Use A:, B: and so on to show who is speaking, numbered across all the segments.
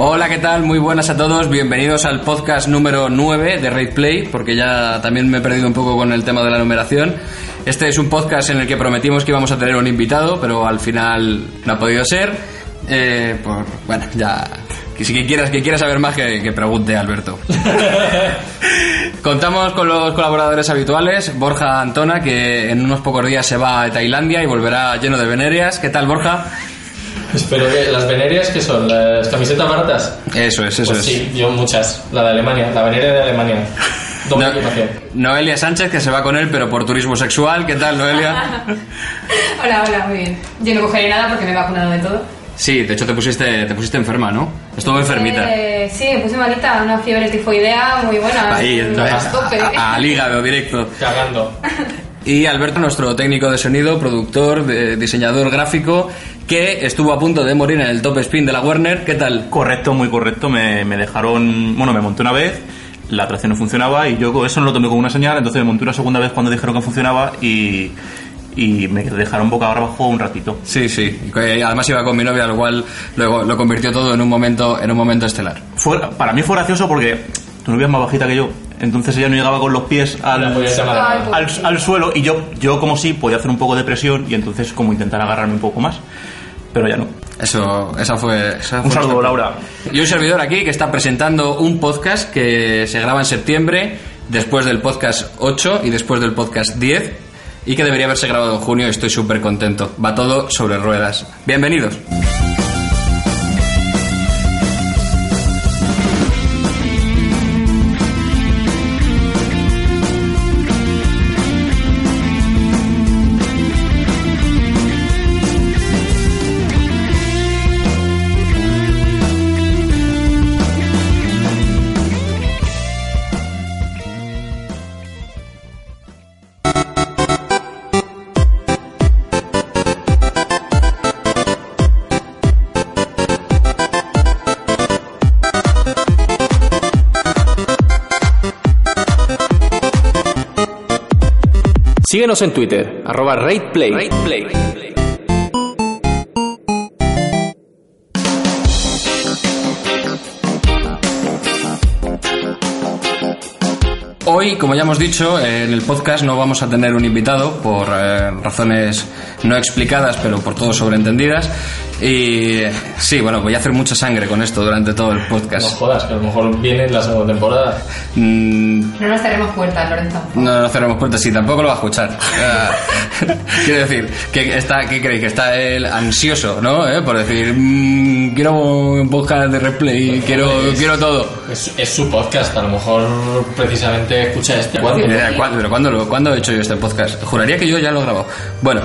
A: Hola, ¿qué tal? Muy buenas a todos. Bienvenidos al podcast número 9 de Raid Play, porque ya también me he perdido un poco con el tema de la numeración. Este es un podcast en el que prometimos que íbamos a tener un invitado, pero al final no ha podido ser. Eh, por, bueno, ya. Que si que quieras, que quieras saber más, que, que pregunte, Alberto. Contamos con los colaboradores habituales, Borja Antona, que en unos pocos días se va a Tailandia y volverá lleno de venerias. ¿Qué tal, Borja?
B: Espero Pues, que las venerias que son las camisetas baratas.
A: Eso es, eso es.
B: Pues sí, yo muchas. La de Alemania, la veneria de Alemania. Doble
A: No-
B: equipación.
A: Noelia Sánchez, que se va con él, pero por turismo sexual. ¿Qué tal, Noelia?
C: Hola, hola, muy bien. Yo no cogeré nada porque me he vacunado de todo.
A: Sí, de hecho te pusiste, te pusiste enferma, ¿no? Estuvo enfermita.
C: Eh, sí, me puse malita, una fiebre tifoidea muy buena.
A: Ahí,
C: mm,
A: entonces,
C: a tope.
A: a- a- al hígado directo.
B: Cagando.
A: Y Alberto, nuestro técnico de sonido, productor, de- diseñador gráfico, que estuvo a punto de morir en el top spin de la Werner. ¿Qué tal?
D: Correcto, muy correcto. Me, me dejaron. Bueno, me monté una vez, la tracción no funcionaba y yo eso no lo tomé como una señal, entonces me monté una segunda vez cuando dijeron que funcionaba y, y me dejaron boca abajo un ratito.
A: Sí, sí. Y que Además iba con mi novia, lo cual luego lo convirtió todo en un momento, en un momento estelar.
D: Fue- para mí fue gracioso porque tu novia es más bajita que yo, entonces ella no llegaba con los pies al,
B: La podía llamar.
C: Ay,
D: al, al suelo y yo, yo como sí podía hacer un poco de presión y entonces como intentar agarrarme un poco más, pero ya no.
A: Eso, esa fue. esa fue
D: Un saludo,
A: nuestra-
D: Laura.
A: Y un servidor aquí que está presentando un podcast que se graba en septiembre, después del podcast 8 y después del podcast 10, y que debería haberse grabado en junio. y Estoy súper contento. Va todo sobre ruedas. Bienvenidos.
E: Síguenos en Twitter, arroba RatePlay.
A: Hoy, como ya hemos dicho, eh, en el podcast no vamos a tener un invitado por eh, razones no explicadas, pero por todo sobreentendidas. Y eh, sí, bueno, voy a hacer mucha sangre con esto durante todo el
B: No
A: podcast.
B: jodas, que a lo mejor viene en la segunda temporada.
A: Mm,
C: No nos cerremos puertas, Lorenzo.
A: No, no cerramos puertas, sí, tampoco lo va a escuchar. Ah, quiero decir, que está, ¿qué creéis? Que está él ansioso, ¿no? ¿Eh? Por decir, mm, quiero un podcast de replay, quiero, quiero todo.
B: Es, es su podcast, a lo mejor precisamente escucha este. ¿Cuándo?
A: Eh, ¿cuándo- pero ¿cuándo, lo- cuándo he hecho yo este podcast? Juraría que yo ya lo he grabado. Bueno,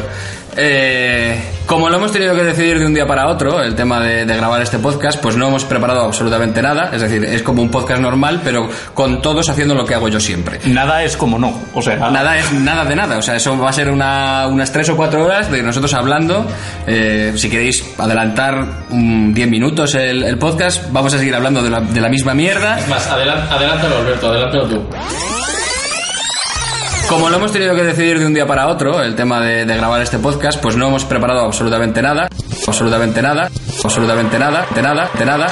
A: eh, como lo hemos tenido que decidir de un día para otro, el tema de, de grabar este podcast, pues no hemos preparado absolutamente nada. Es decir, es como un podcast normal, pero con todos haciendo lo que hago yo siempre.
D: Nada es como no, o sea,
A: Nada es nada de nada, o sea, eso va a ser una- unas tres o cuatro horas de nosotros hablando. Eh, si queréis adelantar mm, 10 minutos el, el podcast, vamos a seguir hablando de la, de la misma mierda.
B: Es más, adelan- adelántalo, Alberto, adelántalo tú.
A: Como lo hemos tenido que decidir de un día para otro, el tema de, de grabar este podcast, pues no hemos preparado absolutamente nada, absolutamente nada, absolutamente nada, de nada, de nada.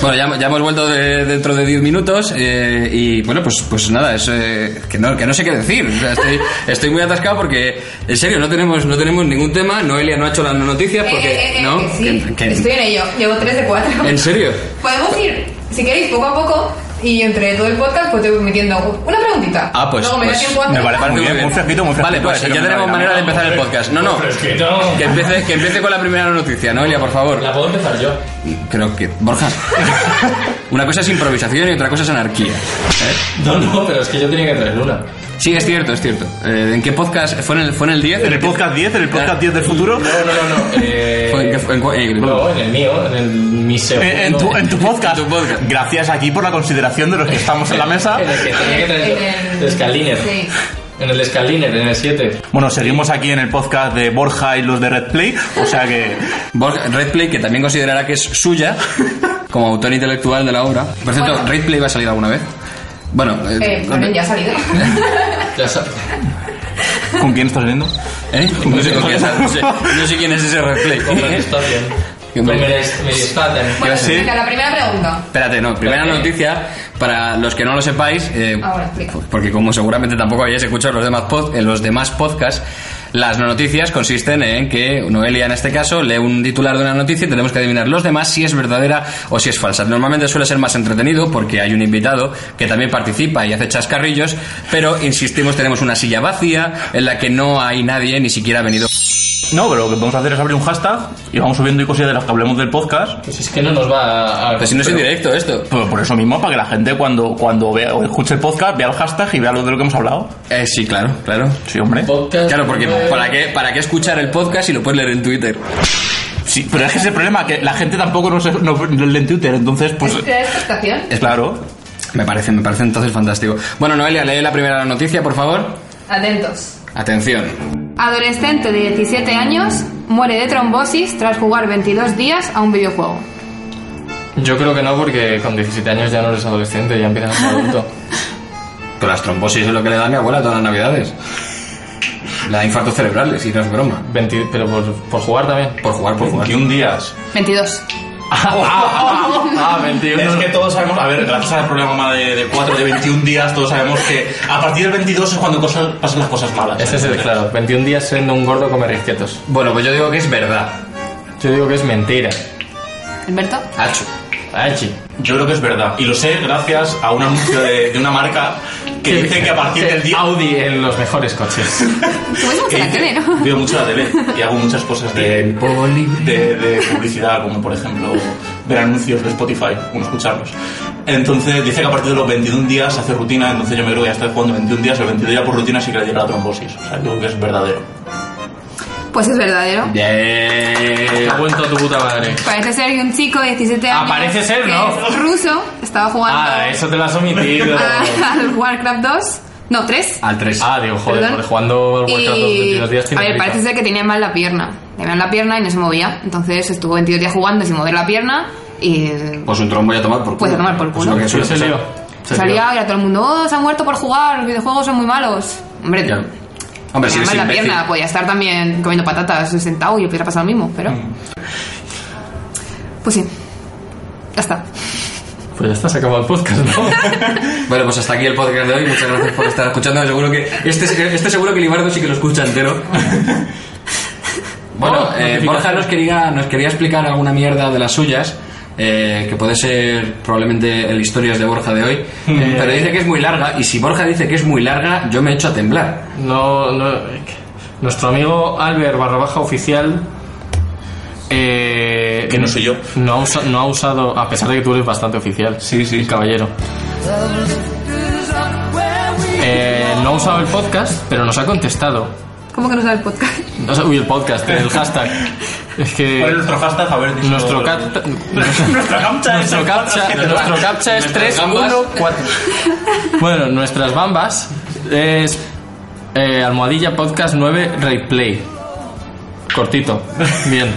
A: Bueno, ya, ya hemos vuelto de- dentro de 10 minutos eh, y bueno, pues, pues nada, es, eh, que, no, que no sé qué decir. O sea, estoy, estoy muy atascado porque, en serio, no tenemos, no tenemos ningún tema. Noelia no ha hecho las noticias porque...
C: Eh, eh, eh,
A: ¿no?
C: que sí,
A: Que- que-
C: estoy en ello. Llevo 3 de 4.
A: ¿En serio?
C: Podemos ir, si queréis, poco a poco. Y entre todo el podcast, pues te voy metiendo una preguntita.
A: Ah, pues-
C: Luego me da
A: pues,
C: tiempo a hacer-
D: me vale.
A: Vale,
D: Muy bien, muy fresquito, muy
A: Vale,
D: fresquito,
A: pues
D: ese que
A: ya
D: me
A: tenemos
D: da
A: manera de empezar el podcast. No, no.
B: Fresquito.
A: Que empiece, que empiece con la primera noticia, Noelia, por favor.
B: La puedo empezar yo.
A: Creo que. Borja. Una cosa es improvisación y otra cosa es anarquía.
B: No, no, pero es que yo tenía que traer una.
A: Sí, es cierto, es cierto. Eh, ¿En qué podcast? ¿Fue en el, fue en el 10?
D: ¿En el podcast 10? ¿En el podcast 10 del futuro?
B: No, no, no, no. eh,
A: Fue en que fue- en cu- en-
B: no, en el mío, en el mi segundo.
D: Eh, En tu, en tu podcast.
A: En tu podcast.
D: Gracias aquí por la consideración de los que estamos en la mesa.
B: En el que tenía que tener el escaliner.
A: Eh,
C: Sí.
B: En el escaliner, en el 7.
D: Bueno, seguimos aquí en el podcast de Borja y los de Red Play. O sea que
A: Borja- Redplay, que también considerará que es suya, como autor intelectual de la obra. Por cierto,
C: Bueno.
A: ¿Redplay va a salir alguna vez? Bueno, eh,
C: Eh, bueno, ya ha salido.
B: Ya sabes.
D: ¿Con quién estás viendo?
A: ¿eh? No, sé con quién, es- no sé- no sé quién es ese
B: Con la
A: Redplay.
B: estación.
A: Qué
B: Con
A: hombre.
B: Meris- Meristaten.
C: bueno,
D: sí.
C: venga, la primera pregunta.
A: Espérate, no, primera
B: Espérate.
A: noticia, para los que no lo sepáis, eh,
C: Ahora explica.
A: porque como seguramente tampoco habéis escuchado los demás pod- en los demás podcasts, las no noticias consisten en que Noelia en este caso lee un titular de una noticia y tenemos que adivinar los demás si es verdadera o si es falsa. Normalmente suele ser más entretenido porque hay un invitado que también participa y hace chascarrillos, pero insistimos, tenemos una silla vacía en la que no hay nadie, ni siquiera ha venido.
D: No, pero lo que podemos hacer es abrir un hashtag y vamos subiendo y cosillas de las que hablemos del podcast.
B: Pues es que no nos va a. a-
A: Pero si no es en directo esto.
D: Pero por eso mismo, para que la gente cuando, cuando vea o escuche el podcast vea el hashtag y vea lo de lo que hemos hablado.
A: Eh, sí, claro, claro.
D: Sí, hombre.
B: Podcast.
A: Claro, porque ¿para qué, ¿para qué escuchar el podcast si lo puedes leer en Twitter?
D: Sí, pero es que ese problema que la gente tampoco nos, nos lee en Twitter, entonces pues...
C: Este ¿Es la expectación?
D: Es claro.
A: Me parece, me parece entonces fantástico. Bueno, Noelia, lee la primera noticia, por favor.
C: Atentos.
A: Atención.
C: Adolescente de 17 años muere de trombosis tras jugar 22 días a un videojuego.
B: Yo creo que no, porque con 17 años ya no eres adolescente, ya empiezas a ser adulto.
A: Pero las trombosis es lo que le da a mi abuela todas las navidades. Le da infartos cerebrales, y no es broma.
B: 20 pero por, por jugar también.
A: Por jugar, por jugar.
D: 21 días.
C: 22.
B: Ah, 21.
D: Es que todos sabemos, a ver, gracias al programa de, de 4 de 21 días, todos sabemos que a partir del 22 es cuando cosas- pasan las cosas malas.
B: Ese es el claro. 21 días siendo un gordo come risquetos.
A: Bueno, pues yo digo que es verdad.
B: Yo digo que es mentira.
C: ¿Alberto?
A: Hacho.
B: Achi.
D: Yo creo que es verdad. Y lo sé gracias a un anuncio de, de una marca que dice que a partir del día...
B: Audi en los mejores coches.
C: Tú ves mucho
D: que
C: la
B: Eh,
D: dice-
C: tele, ¿no?
D: Veo mucho la tele y hago muchas cosas de, de, de publicidad, como por ejemplo ver anuncios de Spotify, uno escucharlos. Entonces dice que a partir de los 21 días se hace rutina, entonces yo me creo que ya está jugando 21 días, el 22 ya por rutina sí que le llega la trombosis. O sea, yo creo que es verdadero.
C: Pues es verdadero.
B: Te ha vuelto tu puta madre.
C: Parece ser que un chico de 17
B: Ah,
C: años.
B: parece ser,
C: que
B: ¿no?
C: es ruso, estaba jugando
B: Ah, eso te lo has omitido.
C: a- al Warcraft 2. No, 3.
A: Al 3.
B: Ah, digo, joder,
C: Perdón.
B: porque jugando al Warcraft los 22 días
C: a
B: tiene
C: ver,
B: grito.
C: parece ser que tenía mal la pierna. Tenía mal la pierna y no se movía. Entonces estuvo 22 días jugando sin mover la pierna y eh,
A: Pues un trombo ya a tomar por culo.
C: Pues a tomar por
A: Pues
C: culo.
A: lo que
B: Sí,
A: suele
B: se
A: pasar.
B: lió. Se lió.
C: salía y a todo el mundo, oh, se ha muerto por jugar, los videojuegos son muy malos. Hombre,
A: Ya.
C: tenía
A: Hombre, si eres
C: mal la
A: imbécil.
C: pierna, podía estar también comiendo patatas sentado y hubiera pasado lo mismo, pero...
A: Mm.
C: Pues sí. Ya está.
B: Pues ya está, se acabó el podcast, ¿no?
A: Bueno, pues hasta aquí el podcast de hoy. Muchas gracias por estar escuchando. Seguro que este, este seguro que Libardo sí que lo escucha entero. Bueno, eh,
B: Oh, notificación.
A: Borja nos quería, nos quería explicar alguna mierda de las suyas, eh, que puede ser probablemente el historias de Borja de hoy, eh, pero dice que es muy larga, y si Borja dice que es muy larga, yo me echo a temblar.
B: No, no. Nuestro amigo Albert barra baja oficial. eh,
D: Que no soy yo.
B: No ha, usa- no ha usado, a pesar de que tú eres bastante oficial.
D: Sí, sí.
B: Caballero. Eh, no ha usado
A: Este
B: el podcast, pero nos ha contestado.
C: ¿Cómo que no sabe el podcast?
B: No sé- uy, el podcast, el hashtag. Es
D: ¿Cuál es
B: que.
D: nuestro hashtag? A ver, dicho-
B: Nuestro, cat-
D: nuestra captcha es
B: nuestro
D: el
B: captcha,
D: podcast que te
B: nuestro
D: va.
B: captcha es 314. Bueno, nuestras bambas es eh, almohadilla podcast 9 replay. Cortito. Bien.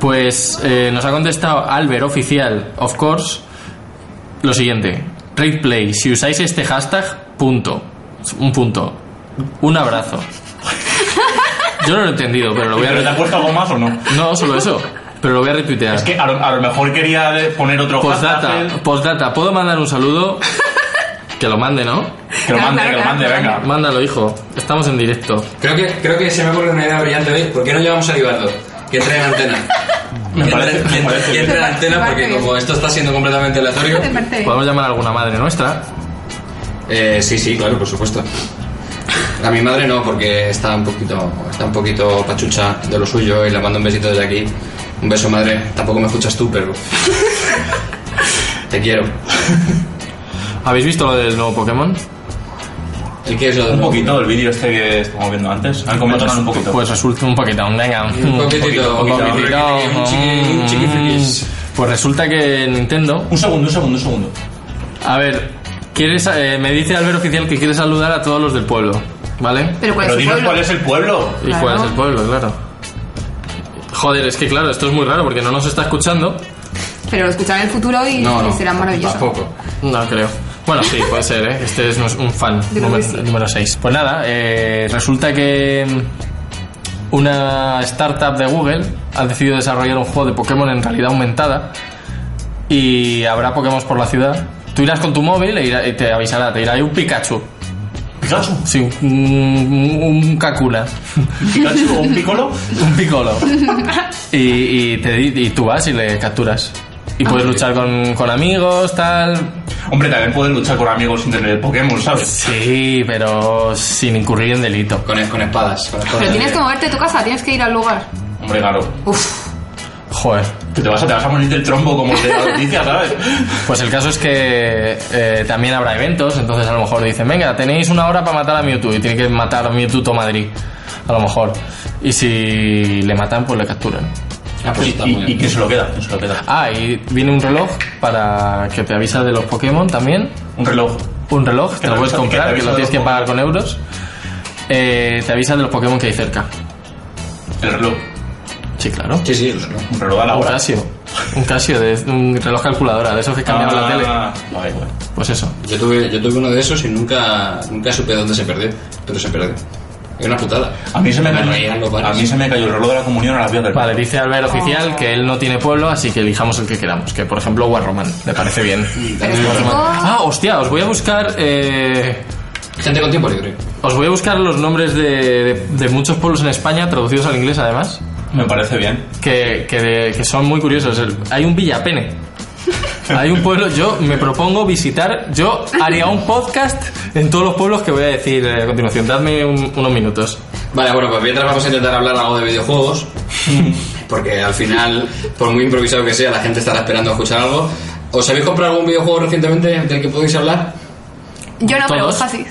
B: Pues eh, nos ha contestado Albert oficial, of course, lo siguiente. Replay, si usáis este hashtag, punto. Un punto. Un abrazo. Yo no lo he entendido, pero lo voy a
D: ¿Pero te
B: re-
D: ha puesto algo más o no?
B: No, solo eso. Pero lo voy a retuitear.
D: Es que a lo, a lo mejor quería poner otro
B: Pues Postdata,
D: hashtag.
B: postdata, ¿puedo mandar un saludo? Que lo mande, ¿no?
D: Que lo
C: Claro,
D: mande,
C: claro,
D: que lo
C: claro,
D: mande,
C: claro.
D: venga.
B: Mándalo, hijo. Estamos en directo.
A: Creo que, creo que se me ocurre una idea brillante hoy. ¿Por qué no llevamos a Libardo? Que entre en antena.
D: Me parece- me parece
A: Que entre en
C: bien.
A: antena porque como esto está siendo completamente aleatorio...
C: Me parece bien.
B: Podemos llamar a alguna madre nuestra.
A: Eh, sí, sí, claro, por supuesto. A mi madre no, porque está un poquito, está un poquito pachucha de lo suyo y le mando un besito desde aquí. Un beso, madre. Tampoco me escuchas tú, pero te quiero.
B: ¿Habéis visto lo del nuevo Pokémon?
A: ¿Y qué es lo de
D: Un
A: nuevo?
D: poquito, el vídeo este que estamos viendo antes. Han comentado un poquito.
B: Pues resulta un poquitón, venga.
A: Un poquitito,
B: Un
A: un
B: poquitito. Mm.
A: poquitito, un chiqui- un chiquifriquis.
B: Pues resulta que Nintendo.
D: un segundo, un segundo, un segundo.
C: Pues
B: A ver, quieres, eh, me dice Albert Oficial que quiere saludar a todos los del pueblo, ¿vale?
C: Pero cuál
D: Pero
C: es su
D: dinos
C: pueblo?
D: cuál es el pueblo.
B: Y
C: Claro.
B: cuál es el pueblo, claro. Joder, es que claro, esto es muy raro porque no nos está escuchando.
C: Pero lo escucharé en el futuro y,
A: No,
C: y
A: no.
C: será maravilloso.
A: Tampoco.
B: No creo. Bueno, sí, puede ser, ¿eh? Este es nos- un fan
C: Digo que
B: número,
C: sí.
B: 6. Pues nada, eh, resulta que mm, una startup de Google ha decidido desarrollar un juego de Pokémon en realidad aumentada y habrá Pokémon por la ciudad. Tú irás con tu móvil e irá- y te avisará, te dirá, hay un Pikachu.
D: Pikachu.
B: Sí, un, un, un Kakuna.
D: Pikachu o un Piccolo.
B: Un picolo. y, y te, di- y tú vas y le capturas. Y puedes luchar con, con amigos, tal.
D: Hombre, también puedes luchar con amigos sin tener Pokémon, ¿sabes?
B: Sí, pero sin incurrir en delito.
A: Con, con espadas. con espadas.
C: Pero tienes que moverte de tu casa, tienes que ir al lugar.
D: Hombre, claro.
C: Uf,
B: Joder.
D: Que te vas a, te vas a morir del trombo como el de la noticia, ¿sabes?
B: Pues el caso es que eh, también habrá eventos, entonces a lo mejor dicen, venga, tenéis una hora para matar a Mewtwo y tiene que matar a Mewtwo to Madrid, a lo mejor. Y si le matan, pues le capturan.
A: Ah, pues está
D: y,
A: muy
D: y
A: bien.
D: que se lo queda, que se lo queda.
B: Ah, y viene un reloj para que te avisa de los Pokémon también.
D: Un reloj.
B: un reloj, te
D: Que
B: lo
D: te
B: puedes
D: avisa-
B: comprar,
D: que te
B: que, lo tienes
D: avisa de
B: que
D: los
B: pagar con euros. Eh, te avisa de los Pokémon que hay cerca.
D: El reloj.
B: Sí, claro.
A: Sí, sí.
D: Un reloj a la
B: Un
D: hora.
B: Casio. Un Casio, de, un reloj calculadora, de esos que cambiaban la tele.
D: Ah, Vale, vale.
B: Pues eso.
A: Yo tuve, yo tuve uno de esos y nunca, nunca supe dónde se perdió. Pero se perdió. Es una putada.
D: A mí, se me
A: reían los
D: cayó,
A: bares.
D: a mí se me cayó el reloj de la comunión a las vías del
B: Vale, dice Albert Oficial que él no tiene pueblo, así que elijamos el que queramos. Que por ejemplo, Warroman, le parece bien.
A: Eh,
C: pero es
B: Warroman.
C: chico.
B: Ah, hostia, os voy a buscar. Eh,
A: Gente con tiempo libre.
B: os voy a buscar los nombres de, de- de muchos pueblos en España, traducidos al inglés además,
D: Me parece bien.
B: que, que, de- que son muy curiosos. El- Hay un Villapene. Hay un pueblo, yo me propongo visitar, yo haría un podcast en todos los pueblos que voy a decir eh, a continuación. Dadme un- unos minutos.
A: Vale, bueno, pues mientras vamos a intentar hablar algo de videojuegos, porque al final, por muy improvisado que sea, la gente estará esperando a escuchar algo. ¿Os habéis comprado algún videojuego recientemente del que podéis hablar?
C: Yo no, pero
B: ¿Todos?
C: Borja sí.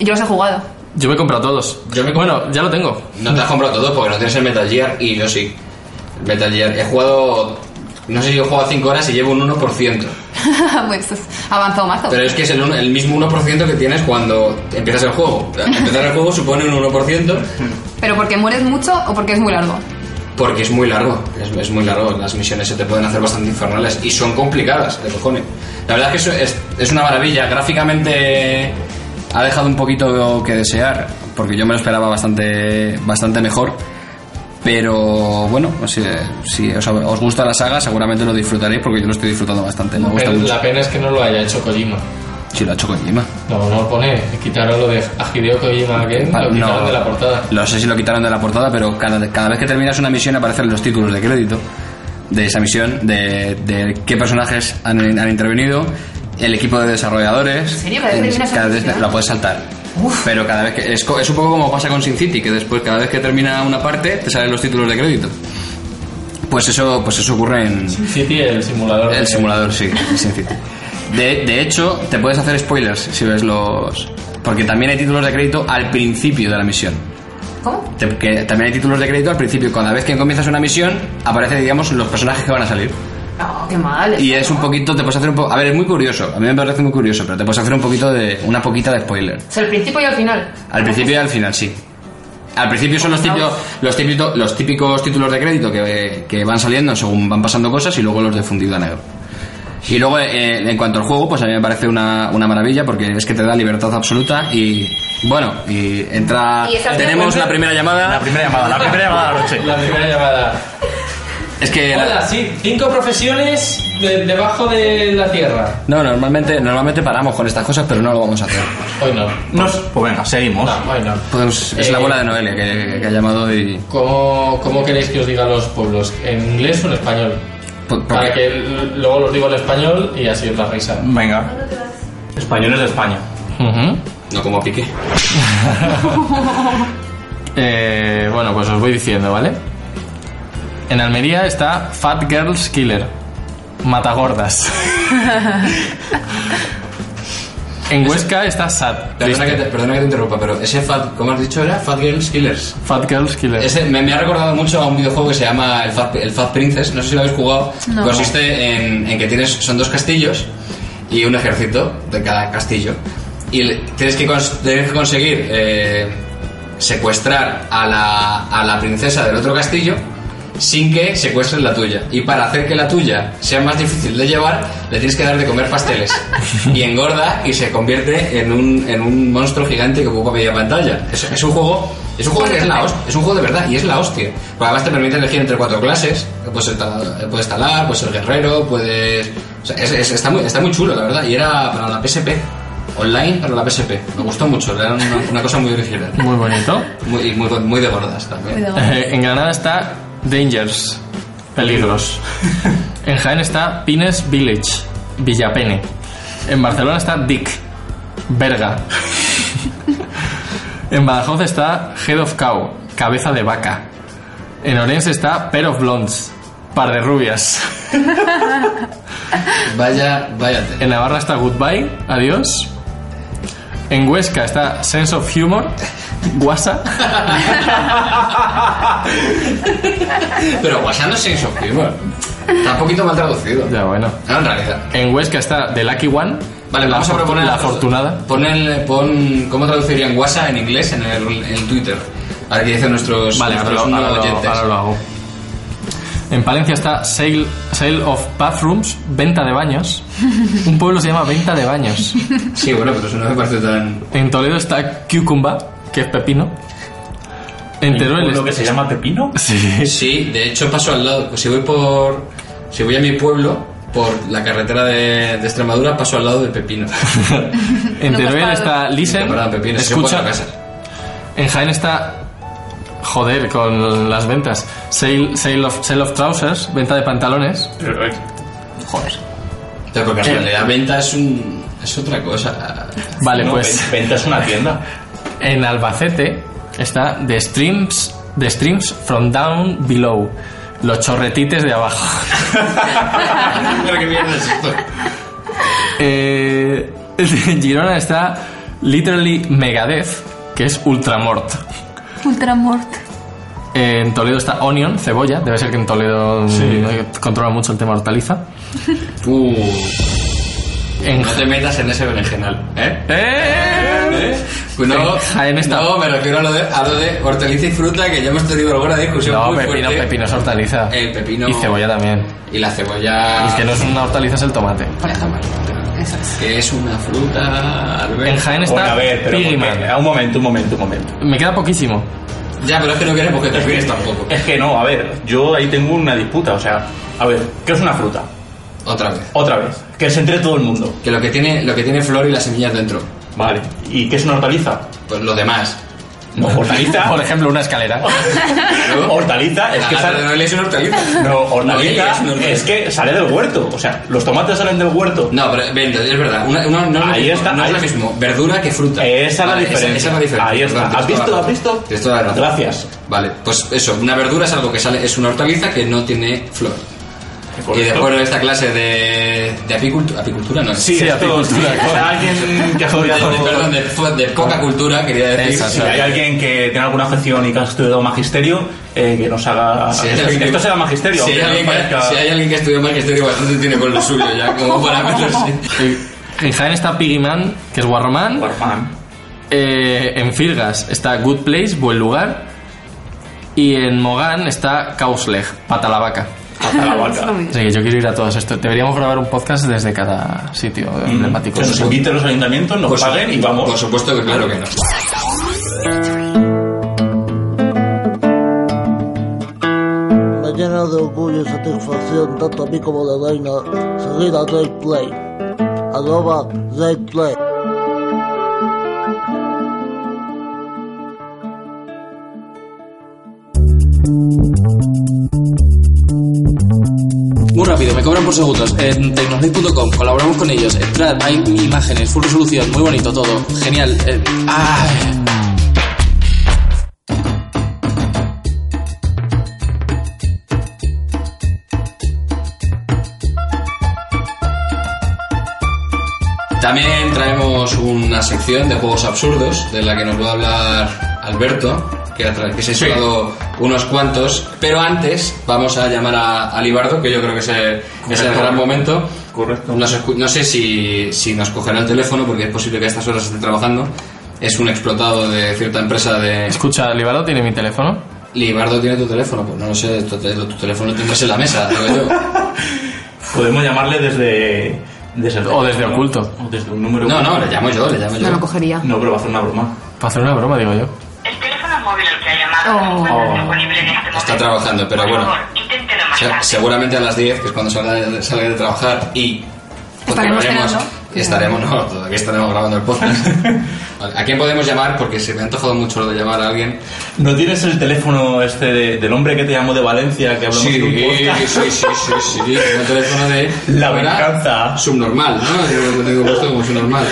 C: Yo los he jugado.
B: Yo me he comprado todos.
A: Yo me he comprado-
B: bueno, ya lo tengo.
A: No te has comprado todos porque no tienes el Metal Gear y yo sí. El Metal Gear. He jugado. No sé si yo he jugado 5 horas y llevo un 1%.
C: pues es avanzado mazo.
A: Pero es que es el, un- el mismo 1% que tienes cuando empiezas el juego. Empezar el juego supone un 1%
C: ¿Pero porque mueres mucho o porque es muy largo?
A: porque es muy largo. Es, es muy largo. Las misiones se te pueden hacer bastante infernales y son complicadas, de cojones. La verdad es que es, es- es una maravilla. Gráficamente ha dejado un poquito que desear porque yo me lo esperaba bastante, bastante mejor. Pero bueno, pues, eh, si, os, os gusta la saga, seguramente lo disfrutaréis porque yo lo estoy disfrutando bastante. Me gusta mucho.
B: pena es que no lo haya hecho Kojima.
A: Si lo ha hecho Kojima.
B: No, no lo pone. Quitaron lo de Hideo Kojima Game, lo quitaron de la portada.
A: Lo sé si lo quitaron de la portada, pero cada, cada vez que terminas una misión aparecen los títulos de crédito de esa misión, de, de qué personajes han, han intervenido, el equipo de desarrolladores. ¿En
C: serio? ¿Cada vez que terminas una
A: cada vez
C: misión?
A: la puedes saltar. Pero cada vez que. Es, co- es un poco como pasa con Sin City, que después, cada vez que termina una parte, te salen los títulos de crédito. Pues eso, pues eso ocurre en,
B: City, el simulador.
A: el
B: de-
A: simulador, sí, el Sin City. De, de hecho, te puedes hacer spoilers si ves los. Porque también hay títulos de crédito al principio de la misión.
C: ¿Cómo?
A: Te- que también hay títulos de crédito al principio. Cada vez que comienzas una misión, aparecen, digamos, los personajes que van a salir.
C: No, qué mal.
A: Y es un poquito, te puedes hacer un poco. A ver, es muy curioso. A mí me parece muy curioso, pero te puedes hacer un poquito de. Una poquita de spoiler.
C: O sea, el principio y el final.
A: Al principio y al final, sí. Al principio son los típicos, los, típicos, los típicos títulos de crédito que, que van saliendo según van pasando cosas y luego los de fundido a negro. Y luego, eh, en cuanto al juego, pues a mí me parece una, una maravilla porque es que te da libertad absoluta y, bueno, y entra...
C: Y esa-
A: tenemos la primera llamada.
D: La primera llamada, la primera llamada de la noche.
B: La primera llamada.
A: es que... la-
B: Hola, sí, cinco profesiones de- debajo de la tierra.
A: no, normalmente, normalmente paramos con estas cosas, pero no lo vamos a hacer.
B: Hoy no.
D: Nos- pues venga, seguimos.
B: No, hoy no.
A: Podemos- es la
B: Eh,
A: abuela de Noelia que, que ha llamado y...
B: ¿Cómo, ¿Cómo queréis que os diga los pueblos? ¿En inglés o en español?
A: por- por-
B: Para que l- luego los digo en español y así os la risa.
D: Venga. Españoles de España.
A: No como pique.
B: Eh, bueno, pues os voy diciendo, ¿vale? En Almería está Fat Girls Killer. Matagordas. En Huesca está Sad.
A: Perdona que, te, perdona que te interrumpa, pero ese Fat, ¿cómo has dicho era? Fat Girls Killers.
B: Fat Girls Killer.
A: Ese me, me ha recordado mucho a un videojuego que se llama el Fat, el Fat Princess, no sé si lo habéis jugado.
C: No.
A: Consiste en, en que tienes, son dos castillos y un ejército de cada castillo. Y le- tienes que, cons- tienes que conseguir eh, secuestrar a la, a la princesa del otro castillo sin que secuestres la tuya. Y para hacer que la tuya sea más difícil de llevar, le tienes que dar de comer pasteles. Y engorda y se convierte en un, en un monstruo gigante que ocupa media pantalla. Es, es un juego... Es un juego que es la hostia, es un juego de verdad y es la hostia. Porque además te permite elegir entre cuatro clases, puedes tal- puedes talar, puedes ser guerrero, puedes... o sea, es- es- está, muy, está muy chulo, la verdad, y era para la PSP. Online para la PSP. Me gustó mucho, era una, una cosa muy original.
B: Muy bonito.
A: Muy, y muy, muy de gordas también.
C: Cuidado.
B: Eh, en Granada está Dangers. Peligros. en Jaén está Pines Village. Villapene. En Barcelona está Dick. Verga. en Badajoz está Head of Cow. Cabeza de vaca. En Orense está Pair of Blondes. Par de rubias.
A: Vaya, váyate.
B: En Navarra está Goodbye, adiós. En Huesca está Sense of Humor, Guasa.
A: Pero WhatsApp no es Sense of Humor. Está un poquito mal traducido.
B: Ya, bueno.
A: No, en realidad.
B: En Huesca está The Lucky One.
A: Vale,
B: la
A: vamos a
B: fortu-
A: proponer.
B: La afortunada.
A: Pon, el- pon ¿Cómo traducirían WhatsApp en inglés en el en Twitter? A ver qué dicen nuestros,
B: Vale, ahora
A: nuestros
B: lo, ahora
A: no
B: lo-
A: oyentes.
B: ahora lo hago. En Palencia está Sale, Sale of Bathrooms, venta de baños. Un pueblo se llama Venta de Baños.
A: Sí, bueno, pero eso no me parece tan.
B: En Toledo está Cucumba, que es pepino. En Teruel
D: Lo que
B: es-
D: se llama Pepino.
B: Sí.
A: Sí, de hecho paso al lado. Pues Si voy por. Si voy a mi pueblo, por la carretera de, de Extremadura, paso al lado de Pepino.
B: En
C: No
B: Teruel
C: pasa
B: está
C: nada.
B: Listen.
A: Perdón, Pepino, si yo puedo
B: Escucha,
A: casar.
B: En Jaén está. Joder, con las ventas. Sale, sale, of, sale of trousers, venta de pantalones.
D: Joder.
A: Pero porque en realidad venta es, un, es otra cosa.
B: Vale,
D: No,
B: pues
D: ven- Venta es una tienda.
B: en Albacete está The Streams, The Streams from Down Below. Los chorretites de abajo.
A: Pero qué mierda es esto.
B: Eh, en Girona está Literally Megadeth, que es Ultramort.
C: Ultramort.
B: En Toledo está Onion, cebolla. Debe ser que en Toledo mm, controla mucho el tema hortaliza.
A: Uh,
B: En
A: no te metas en ese berenjenal, ¿eh?
B: ¡Eh!
A: Pues no,
B: En Jaén está-
A: no, me refiero a lo, de, a lo de hortaliza y fruta, que ya hemos tenido alguna discusión
B: No,
A: muy
B: pepino,
A: fuerte.
B: pepino es hortaliza.
A: Eh, pepino.
B: Y cebolla también.
A: Y la cebolla...
B: Y es que no es una hortaliza, es el tomate.
A: Vale, está mal.
C: Eso es.
A: Que es una fruta...
B: En
A: alberga.
B: Jaén
D: Bueno,
B: está
D: a ver, pero
B: Piggyman.
D: porque- un momento, un momento, un momento.
B: Me queda poquísimo.
A: Ya, pero es que no queremos que te fíes tampoco.
D: Es que no, a ver, yo ahí tengo una disputa, o sea, a ver, ¿qué es una fruta?
A: Otra vez.
D: Otra vez, que se entre todo el mundo.
A: Que lo que tiene, lo que tiene flor y las semillas dentro.
D: Vale, ¿y qué es una hortaliza?
A: Pues lo demás.
D: No, hortaliza.
B: Por ejemplo, una escalera.
A: ¿no?
D: hortaliza, Ah, es
A: La
D: que
A: gata
D: sale.
A: de Noelia es una hortaliza.
D: No,
A: Noelia
D: hortaliza
A: es una hortaliza.
D: es que sale del huerto. O sea, los tomates salen del huerto.
A: No, pero ven, es verdad. Una- una- no es lo
D: Ahí
A: mismo,
D: está,
A: no es
D: ahí
A: lo
D: está.
A: mismo. Verdura que fruta.
D: Esa es la diferencia.
A: Esa, es la diferencia.
D: Ahí está.
A: Perdón, tienes
D: ¿Has visto?
A: toda la
D: ¿Has
A: razón.
D: visto?
A: Tienes toda la razón.
D: Gracias.
A: Vale, pues eso. Una verdura es algo que sale, es una hortaliza que no tiene flor. Y de
D: Correcto.
A: acuerdo a esta clase de, de apicultura, apicultura no es.
D: Sí,
B: Sí,
D: esto-
B: apicultura,
D: o sea,
B: correcto.
D: alguien que ha
A: De-
D: estudiado-
A: perdón, de, fo- de poca cultura, quería decir.
B: Esa,
D: Si hay alguien que tiene alguna afección y que ha estudiado magisterio, eh, que nos haga.
A: Si hay
D: esto,
A: alguien que-
D: esto será magisterio.
A: Si hay,
D: aunque no
A: alguien que,
D: parezca-
A: si hay alguien que estudió magisterio bastante tiene con lo suyo ya, como para meterse.
D: Pues
B: En Jaén está Piggyman, que es Guarromán.
D: Guarman.
B: Eh, en Firgas está Good Place, buen lugar. Y en Mogán está Causleg, pata la vaca.
D: Hasta la
C: Es lo
D: vaca.
C: mismo.
B: Así que yo quiero ir a todos estos. Deberíamos grabar un podcast desde cada sitio
D: Mm.
B: emblemático.
D: Que nos inviten los ayuntamientos,
A: Pues,
D: nos paguen y
A: Por
D: vamos.
A: supuesto que claro que no.
F: Me llena de orgullo y satisfacción tanto a mí como a la reina seguir a Red Play. Arroba Red Play.
G: Muy rápido, me cobran por segundos. Eh, En tecnosnet.com colaboramos con ellos. Entrad, hay imágenes, full resolución, muy bonito todo. Genial. Eh, ¡ay!
A: También traemos una sección de juegos absurdos de la que nos va a hablar Alberto, que, ha tra- que se ha sacado unos cuantos. Pero antes vamos a llamar a, a Libardo, que yo creo que es el, es el gran momento.
D: Correcto.
A: Nos escu- no sé si, si nos cogerá el teléfono, porque es posible que a estas horas esté trabajando. Es un explotado de cierta empresa de...
B: Escucha, Libardo tiene mi teléfono.
A: Libardo tiene tu teléfono, pues no lo sé, tu, te- tu teléfono lo tendrás en la mesa, digo yo.
D: Podemos llamarle desde. desde el-
B: O desde oculto.
D: O desde un número.
A: No, no,
D: oculto.
A: le llamo yo, le llamo yo.
C: No lo cogería.
D: No, pero va a hacer una broma.
B: Para hacer una broma, digo yo.
H: El teléfono móvil al que ha llamado
C: Oh.
H: no se encuentra
B: Oh.
H: disponible en este momento.
A: Está trabajando, pero
H: Por
A: bueno.
H: favor, inténtelo más
A: Se-
H: tarde.
A: seguramente a las 10, que es cuando salga de, salga de trabajar y...
C: Estaremos
A: continuaremos-
C: cenando.
A: Estaremos, no, todavía estaremos grabando el podcast. Vale, ¿A quién podemos llamar? Porque se me ha antojado mucho lo de llamar a alguien.
D: ¿No tienes el teléfono este de- del hombre que te llamó de Valencia que hablamos
A: Sí,
D: de un podcast?
A: sí, sí, sí, sí, sí, tengo el teléfono de...
D: La
A: ¿cómo era?
D: venganza.
A: Subnormal, ¿no? Yo lo tengo puesto como subnormal.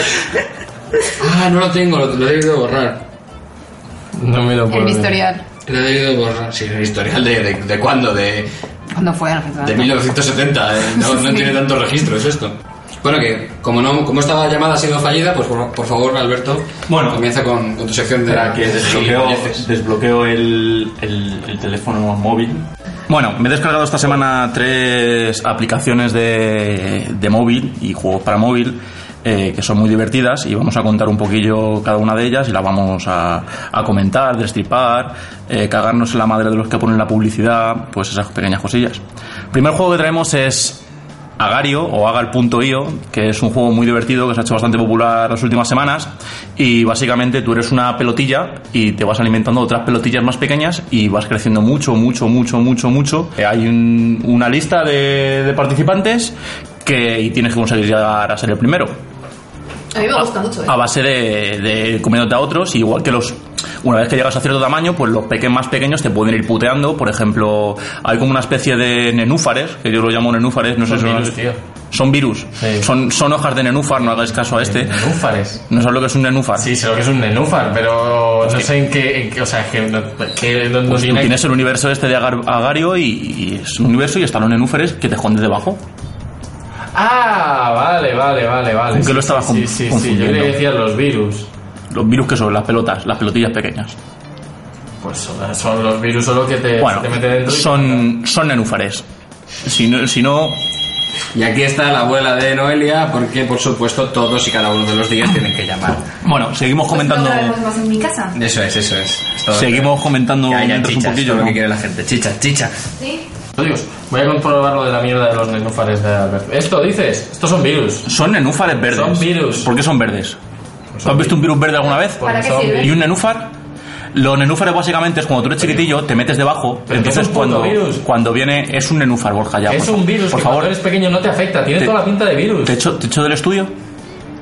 A: Ah, no lo tengo, lo, lo he debido borrar.
B: No me lo puedo. creer.
C: El historial.
A: Lo he debido borrar, sí, el historial de, de, de cuándo, de,
C: ¿Cuándo fue? No sé
A: de
C: cuándo.
A: 1970, eh, no, no tiene tanto registro, es esto. Bueno, que como, no, como esta llamada ha sido fallida, pues por, por favor, Alberto,
D: Bueno.
A: comienza con, con tu sección de...
D: Espera, que desbloqueo,
A: gilipolleces.
D: desbloqueo el, el- el teléfono móvil. Bueno, me he descargado esta semana tres aplicaciones de, de móvil y juegos para móvil eh, que son muy divertidas y vamos a contar un poquillo cada una de ellas y la vamos a, a comentar, destripar, eh, cagarnos en la madre de los que ponen la publicidad, pues esas pequeñas cosillas. El primer juego que traemos es Agario o Agar.io, que es un juego muy divertido que se ha hecho bastante popular las últimas semanas. Y básicamente tú eres una pelotilla y te vas alimentando de otras pelotillas más pequeñas y vas creciendo mucho, mucho, mucho, mucho, mucho. Eh, Hay un- una lista de, de participantes que y tienes que conseguir llegar a ser el primero
C: A mí me gusta mucho, ¿eh?
D: a base de, de comiéndote a otros, y igual que los una vez que llegas a cierto tamaño, pues los pequeños más pequeños te pueden ir puteando, por ejemplo, hay como una especie de nenúfares, que yo lo llamo nenúfares, no
B: Son
D: sé si
B: virus,
D: son,
B: tío.
D: son virus,
B: Sí.
D: son, son hojas de nenúfar, no hagáis caso a este.
B: Nenúfares.
D: No sabes lo que es un nenúfar.
B: Sí, sé lo que es un nenúfar, pero no sé en qué. en qué- o sea, que no, que no- no
D: Pues tú
B: tiene.
D: tienes el universo este de Agar- Agario y, y es un universo y están los nenúfares que te esconden debajo.
B: Ah, vale, vale, vale, vale.
D: ¿Con qué
B: Sí,
D: lo estabas
B: Sí,
D: con-
B: sí, sí. Yo
D: confundiendo?
B: le decía los virus.
D: Los virus que son las pelotas, las pelotillas pequeñas.
B: Pues son, son los virus solo que te,
D: Bueno,
B: Eh, te meten dentro. y-
D: son, son nenúfares. Si no, si no,
A: Y aquí está la abuela de Noelia, porque por supuesto todos y cada uno de los días tienen que llamar.
D: bueno, seguimos comentando.
C: Pues más en mi casa?
A: Eso es, eso es. Es todo.
D: Seguimos comentando
A: Ya, ya,
D: mientras
A: chichas,
D: un poquillo.
A: todo lo que
D: ¿no?
A: quiere la gente. Chicha, chicha.
C: Sí.
B: Dios, voy a comprobar lo de la mierda de los nenúfares de Alberto. ¿Esto dices? Estos son virus.
D: Son nenúfares verdes.
B: Son virus. Pues
D: ¿Por qué son verdes? ¿Tú has visto un virus verde alguna vez?
B: Porque
C: ¿Para qué
B: son
C: sirve?
B: virus.
D: ¿Y un nenúfar? Los nenúfares básicamente es cuando tú eres chiquitillo, te metes debajo,
B: Pero que
D: entonces
B: es un puto
D: cuando,
B: virus.
D: cuando viene es un nenúfar, Borja, ya.
B: Es
D: por-
B: un virus,
D: Por
B: que cuando
D: favor,
B: eres pequeño no te afecta, tiene
D: Te-
B: toda la pinta de virus.
D: te echo, te echo del estudio,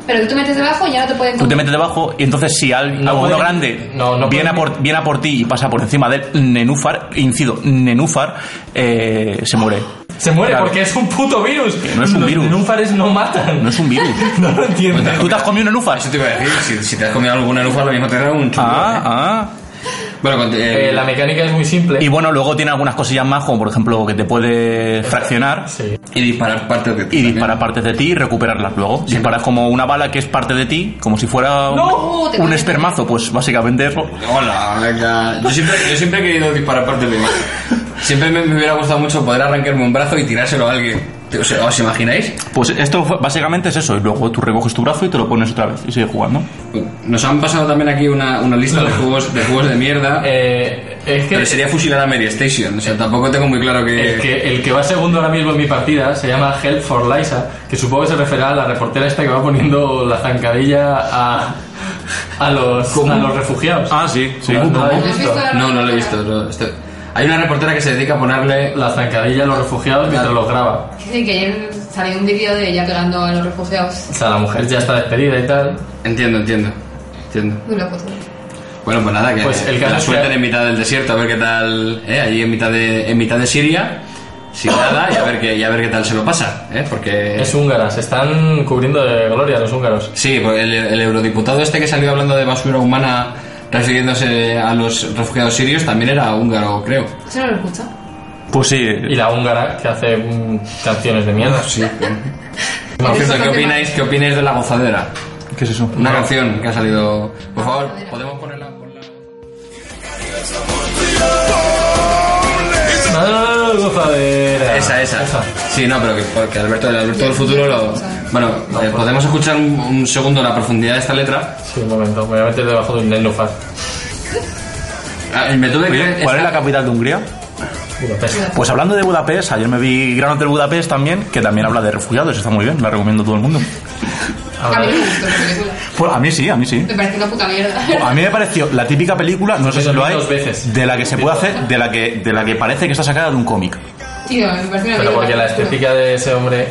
C: Pero que tú metes debajo y ya no te pueden...
D: tú te metes debajo y entonces si al-
B: No
D: alguno
B: pueden-
D: grande
B: no, no
D: viene, a
B: pueden-
D: por, viene a por ti y pasa por encima del nenúfar, incido, nenúfar, eh, se muere.
B: Se muere
D: Claro.
B: porque es un puto virus.
D: no es un
B: Los
D: virus.
B: nenúfares no matan.
D: No es un virus.
B: No lo entiendo.
D: ¿Tú te has comido un nenúfar?
A: Eso te iba a decir, si, si te has comido alguna lufa, lo mismo te da un chungo.
D: Ah, ah.
A: Bueno, con- eh,
B: Eh, la mecánica es muy simple.
D: Y bueno, luego tiene algunas cosillas más, como por ejemplo que te puede fraccionar
B: Sí.
A: y disparar partes de ti.
D: y
A: también.
D: disparar partes de ti y recuperarlas luego. Disparas como una bala que es parte de ti, como si fuera un,
C: ¡No!
D: un espermazo, pues básicamente eso.
A: Hola, venga. Yo siempre, yo siempre he querido disparar partes de mí. Siempre me, me hubiera gustado mucho poder arrancarme un brazo y tirárselo a alguien. O sea, ¿Os imagináis?
D: Pues esto fue- básicamente es eso, y luego tú recoges tu brazo y te lo pones otra vez y sigues jugando.
A: Nos han pasado también aquí una, una lista de juegos de juegos de mierda.
B: Eh, es que,
A: pero sería fusilar a Mary Station. O
D: Eh,
A: sea, tampoco tengo muy claro que...
B: el que el que va segundo ahora mismo en mi partida se llama Help for Liza, que supongo que se referirá a la reportera esta que va poniendo la zancadilla a, a, los, a los refugiados.
D: Ah, sí, sí.
B: ¿No lo habéis
C: ¿Has
B: visto?
C: visto?
A: No, no lo he visto. no, esto- Hay una reportera que se dedica a ponerle...
B: La zancadilla a los refugiados mientras los graba.
C: Sí, que ayer salió un vídeo de ella pegando a los refugiados.
B: O sea, la mujer ya está despedida y tal.
A: Entiendo, entiendo. Entiendo.
C: Muy loco. tú.
A: Bueno, pues nada, que,
B: Pues el
A: que
B: caso
A: la
B: es que-
A: suelten en mitad del desierto, a ver qué tal, ¿eh? allí en mitad de, en mitad de Siria, sin nada, y a ver qué, y a ver qué tal se lo pasa, ¿eh? porque...
B: Es húngara, se están cubriendo de gloria los húngaros.
A: Sí, porque el, el eurodiputado este que salió hablando de basura humana refiriéndose a los refugiados sirios también era húngaro, creo.
C: ¿Eso no lo escucha?
D: Pues sí,
B: Y la húngara que hace mm, canciones de mierda.
A: Sí. Por cierto, ¿qué
C: Continúa.
A: opináis, ¿qué opináis de La Gozadera?
D: ¿Qué es eso?
A: Una canción que ha salido... Por favor, ¿podemos ponerla? por la-
B: Ah, gozadera.
A: Esa, esa.
B: Esa.
A: Sí, no, pero que, porque Alberto, el Alberto del futuro lo... Bueno, eh, podemos escuchar un, un segundo la profundidad de esta letra.
B: Sí, un momento, me voy a meter debajo de un nenlofar.
A: Ah, me tuve que...
D: Oye, ¿Cuál es la capital de Hungría?
B: Budapest.
D: Pues hablando de Budapest, ayer me vi Gran Hotel Budapest también, que también habla de refugiados, está muy bien, la recomiendo a todo el mundo.
C: A mí me gustó la película.
D: Pues a mí sí, a mí sí.
C: Me parece una puta mierda.
D: A mí me pareció la típica película, no sé si lo hay,
B: Dos veces.
D: de la que se puede hacer, de la que, de la que parece que está sacada de un cómic.
C: Tío, me parece una
B: Pero
C: mierda.
B: porque la estética de ese hombre.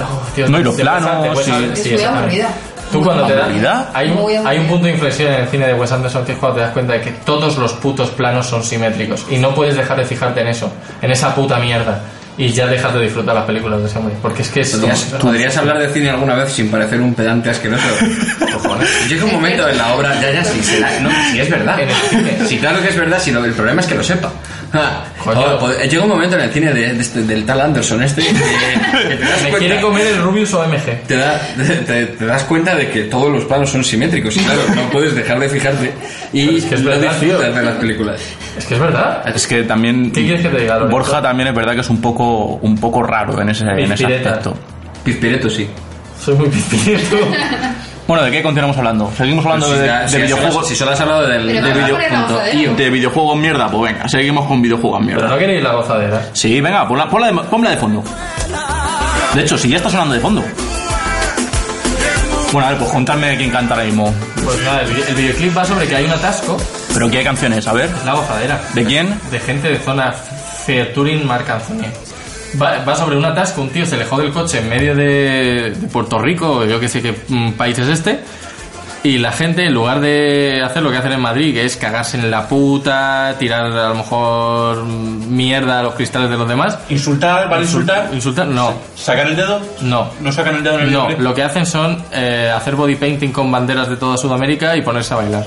B: Oh, Dios,
D: No, y los
B: se puede
D: planos,
B: hacer, te puedes
D: sí.
B: hacer-
C: Es muy
B: exactamente.
C: aburrida.
B: Tú cuando te
D: ¿Aburrida?
B: das. Hay, un-
C: Muy aburrida.
B: hay un punto de inflexión en el cine de Wes Anderson que es cuando te das cuenta de que todos los putos planos son simétricos. Y no puedes dejar de fijarte en eso, en esa puta mierda. Y ya dejas de disfrutar las películas de ese hombre. Porque es que es.
A: ¿Podrías,
B: como-
A: podrías hablar de cine alguna vez sin parecer un pedante asqueroso? Cojones. Llega un momento en la obra, ya, ya, si, será- no, si es verdad.
B: En el cine.
A: Sí, claro que es verdad, si lo- el problema es que lo sepa. Ah,
B: Coño.
A: oh, pod- llega un momento en el cine de- de este- del tal Anderson este que, que te das
B: Me
A: cuenta-
B: quiere comer el Rubius OMG.
A: te, da- te- te das cuenta de que todos los planos son simétricos y claro, no puedes dejar de fijarte y
B: Pero es que es
A: no
B: verdad, tío.
A: disfrutas de las películas.
B: Es que es verdad.
D: Es que también
B: ¿Qué quieres que te diga, Lorenzo?
D: Borja también es verdad que es un poco, un poco raro en ese, en ese
B: Pispireta.
D: aspecto.
A: Pispireto sí.
B: Soy muy pispirito.
D: Bueno, ¿de qué continuamos hablando? Seguimos hablando
A: Pues Si
D: de,
A: ya-
D: de
A: si ya solo-
D: videojuegos.
A: Si solo has hablado del...
C: Pero
A: del
C: vamos a
A: video-
C: poner la
A: punto
C: gozadera.
A: io.
D: De videojuegos mierda, pues venga, seguimos con videojuegos
B: Pero
D: mierda.
B: no queréis la gozadera.
D: Sí, venga, ponla, ponla de, ponla de fondo. De hecho, si ya está sonando de fondo. Bueno, a ver, pues contadme quién canta ahora mismo.
B: Pues nada, el, vide- el videoclip va sobre que hay un atasco.
D: Pero ¿qué canciones? A ver.
B: La gozadera.
D: ¿De quién?
B: de gente de zona Featuring Marcanzoni. Va, va sobre un atasco, un tío se alejó del coche en medio de, de Puerto Rico, o yo que sé qué mm, país es este, y la gente, en lugar de hacer lo que hacen en Madrid, que es cagarse en la puta, tirar a lo mejor mm, mierda a los cristales de los demás,
D: Insultar, ¿vale?
B: insultar, no,
D: ¿Sacar el dedo?
B: no.
D: ¿No sacan el dedo
B: No, lo que hacen son eh, hacer body painting con banderas de toda Sudamérica y ponerse a bailar.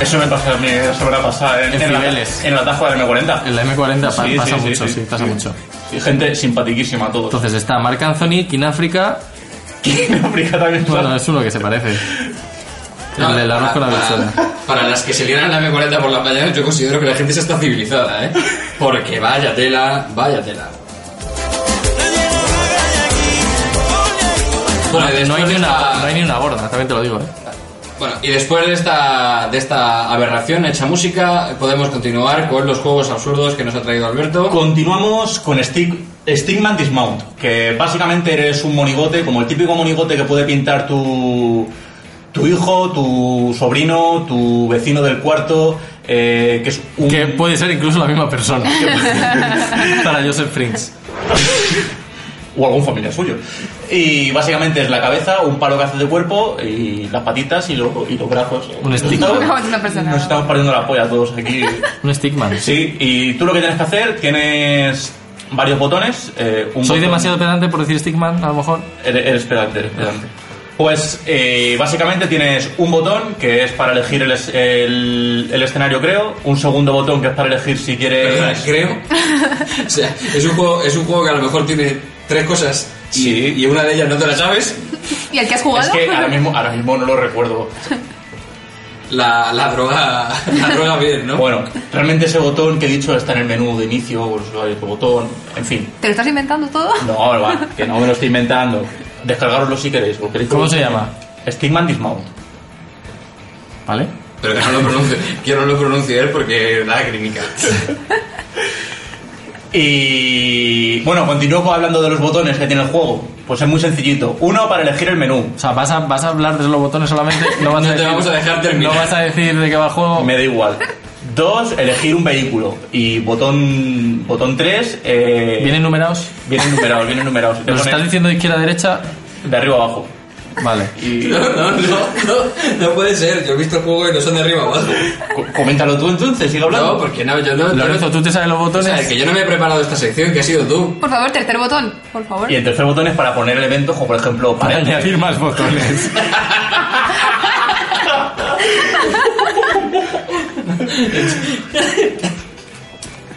D: Eso me pasó a mí la semana pasada
B: En en la- Cibeles. en
D: la Tajo de M40.
B: En la M40 pa-
D: Sí, sí,
B: pasa
D: sí,
B: mucho,
D: sí,
B: sí, pasa
D: sí.
B: mucho.
D: Gente simpatiquísima, todo.
B: Entonces está Marc Anthony, King África. Bueno, es uno que se parece. El de la
A: para-
B: arroz con la
A: para-
B: bichuela.
A: Para las que se lieran la M40 por la playa, yo considero que la gente se está civilizada, ¿eh? Porque vaya tela, vaya tela.
B: Bueno,
A: Y
B: no, hay
A: después
B: ni
A: de
B: una,
A: esta-
B: no hay ni una gorda, también te lo digo, ¿eh?
A: Bueno, y después de esta, de esta aberración hecha música, podemos continuar con los juegos absurdos que nos ha traído Alberto.
D: Continuamos con Stig- Stigman Dismount, que básicamente eres un monigote, como el típico monigote que puede pintar tu, tu hijo, tu sobrino, tu vecino del cuarto, eh, que es un...
B: Que puede ser incluso la misma persona. Para Joseph Prince.
D: o algún familiar suyo. Y básicamente es la cabeza, un palo que hace de cuerpo, y las patitas y, lo- y los brazos.
B: Un
D: Nos
B: stick.
D: estamos-
C: Una buena persona.
D: Nos estamos pariendo la polla todos aquí.
B: Un stickman.
D: Sí, y tú lo que tienes que hacer, tienes varios botones. eh, un
B: Soy
D: botón-
B: demasiado pedante por decir stickman, a lo mejor.
D: Eres, eres pedante, eres pedante. Pues eh, básicamente tienes un botón que es para elegir el, es- el- el escenario, creo. Un segundo botón que es para elegir si
A: Perdona,
D: quieres.
A: creo. O sea, es un, juego, es un juego que a lo mejor tiene tres cosas y,
D: Sí.
A: y una de ellas no te la sabes.
C: ¿Y al que has jugado?
D: Es que ahora mismo, ahora mismo no lo recuerdo.
A: La, la droga la droga bien, ¿no?
D: Bueno, realmente ese botón que he dicho está en el menú de inicio, o el botón, en fin.
C: ¿Te lo estás inventando todo?
D: No, ahora va, que no me lo estoy inventando. Descargaroslo si queréis. ¿lo queréis
B: ¿Cómo se
D: probar?
B: llama?
D: Stigman Dismount.
B: ¿Vale?
A: Pero que no lo pronuncie, que no lo pronuncie él porque da crínica.
D: Y bueno, continúo hablando de los botones que tiene el juego. Pues es muy sencillito. Uno para elegir el menú.
B: O sea, vas a, vas a hablar de los botones solamente. No, vas
A: No
B: a
A: te
B: decir,
A: vamos a dejar terminar.
B: No vas a decir de qué va el juego.
D: Me da igual. Dos, elegir un vehículo. Y botón botón 3, eh,
B: ¿Vienen numerados?
D: vienen numerados, vienen numerados. Te
B: ¿Nos
D: pone
B: estás diciendo de izquierda a derecha?
D: de arriba a abajo.
B: Vale.
D: Y
A: No, no, no, no, no puede ser. Yo he visto el juego y no son de arriba abajo.
D: co- coméntalo tú entonces, sigue hablando.
A: No, porque no, yo no.
B: Lorenzo, ¿tú te sabes los
A: O sea,
B: botones?
A: que yo no me he preparado esta sección, que ha sido tú.
C: Por favor, tercer botón, por favor.
D: Y el tercer botón es para poner elementos como por ejemplo
B: Para
D: paredes.
B: añadir más botones.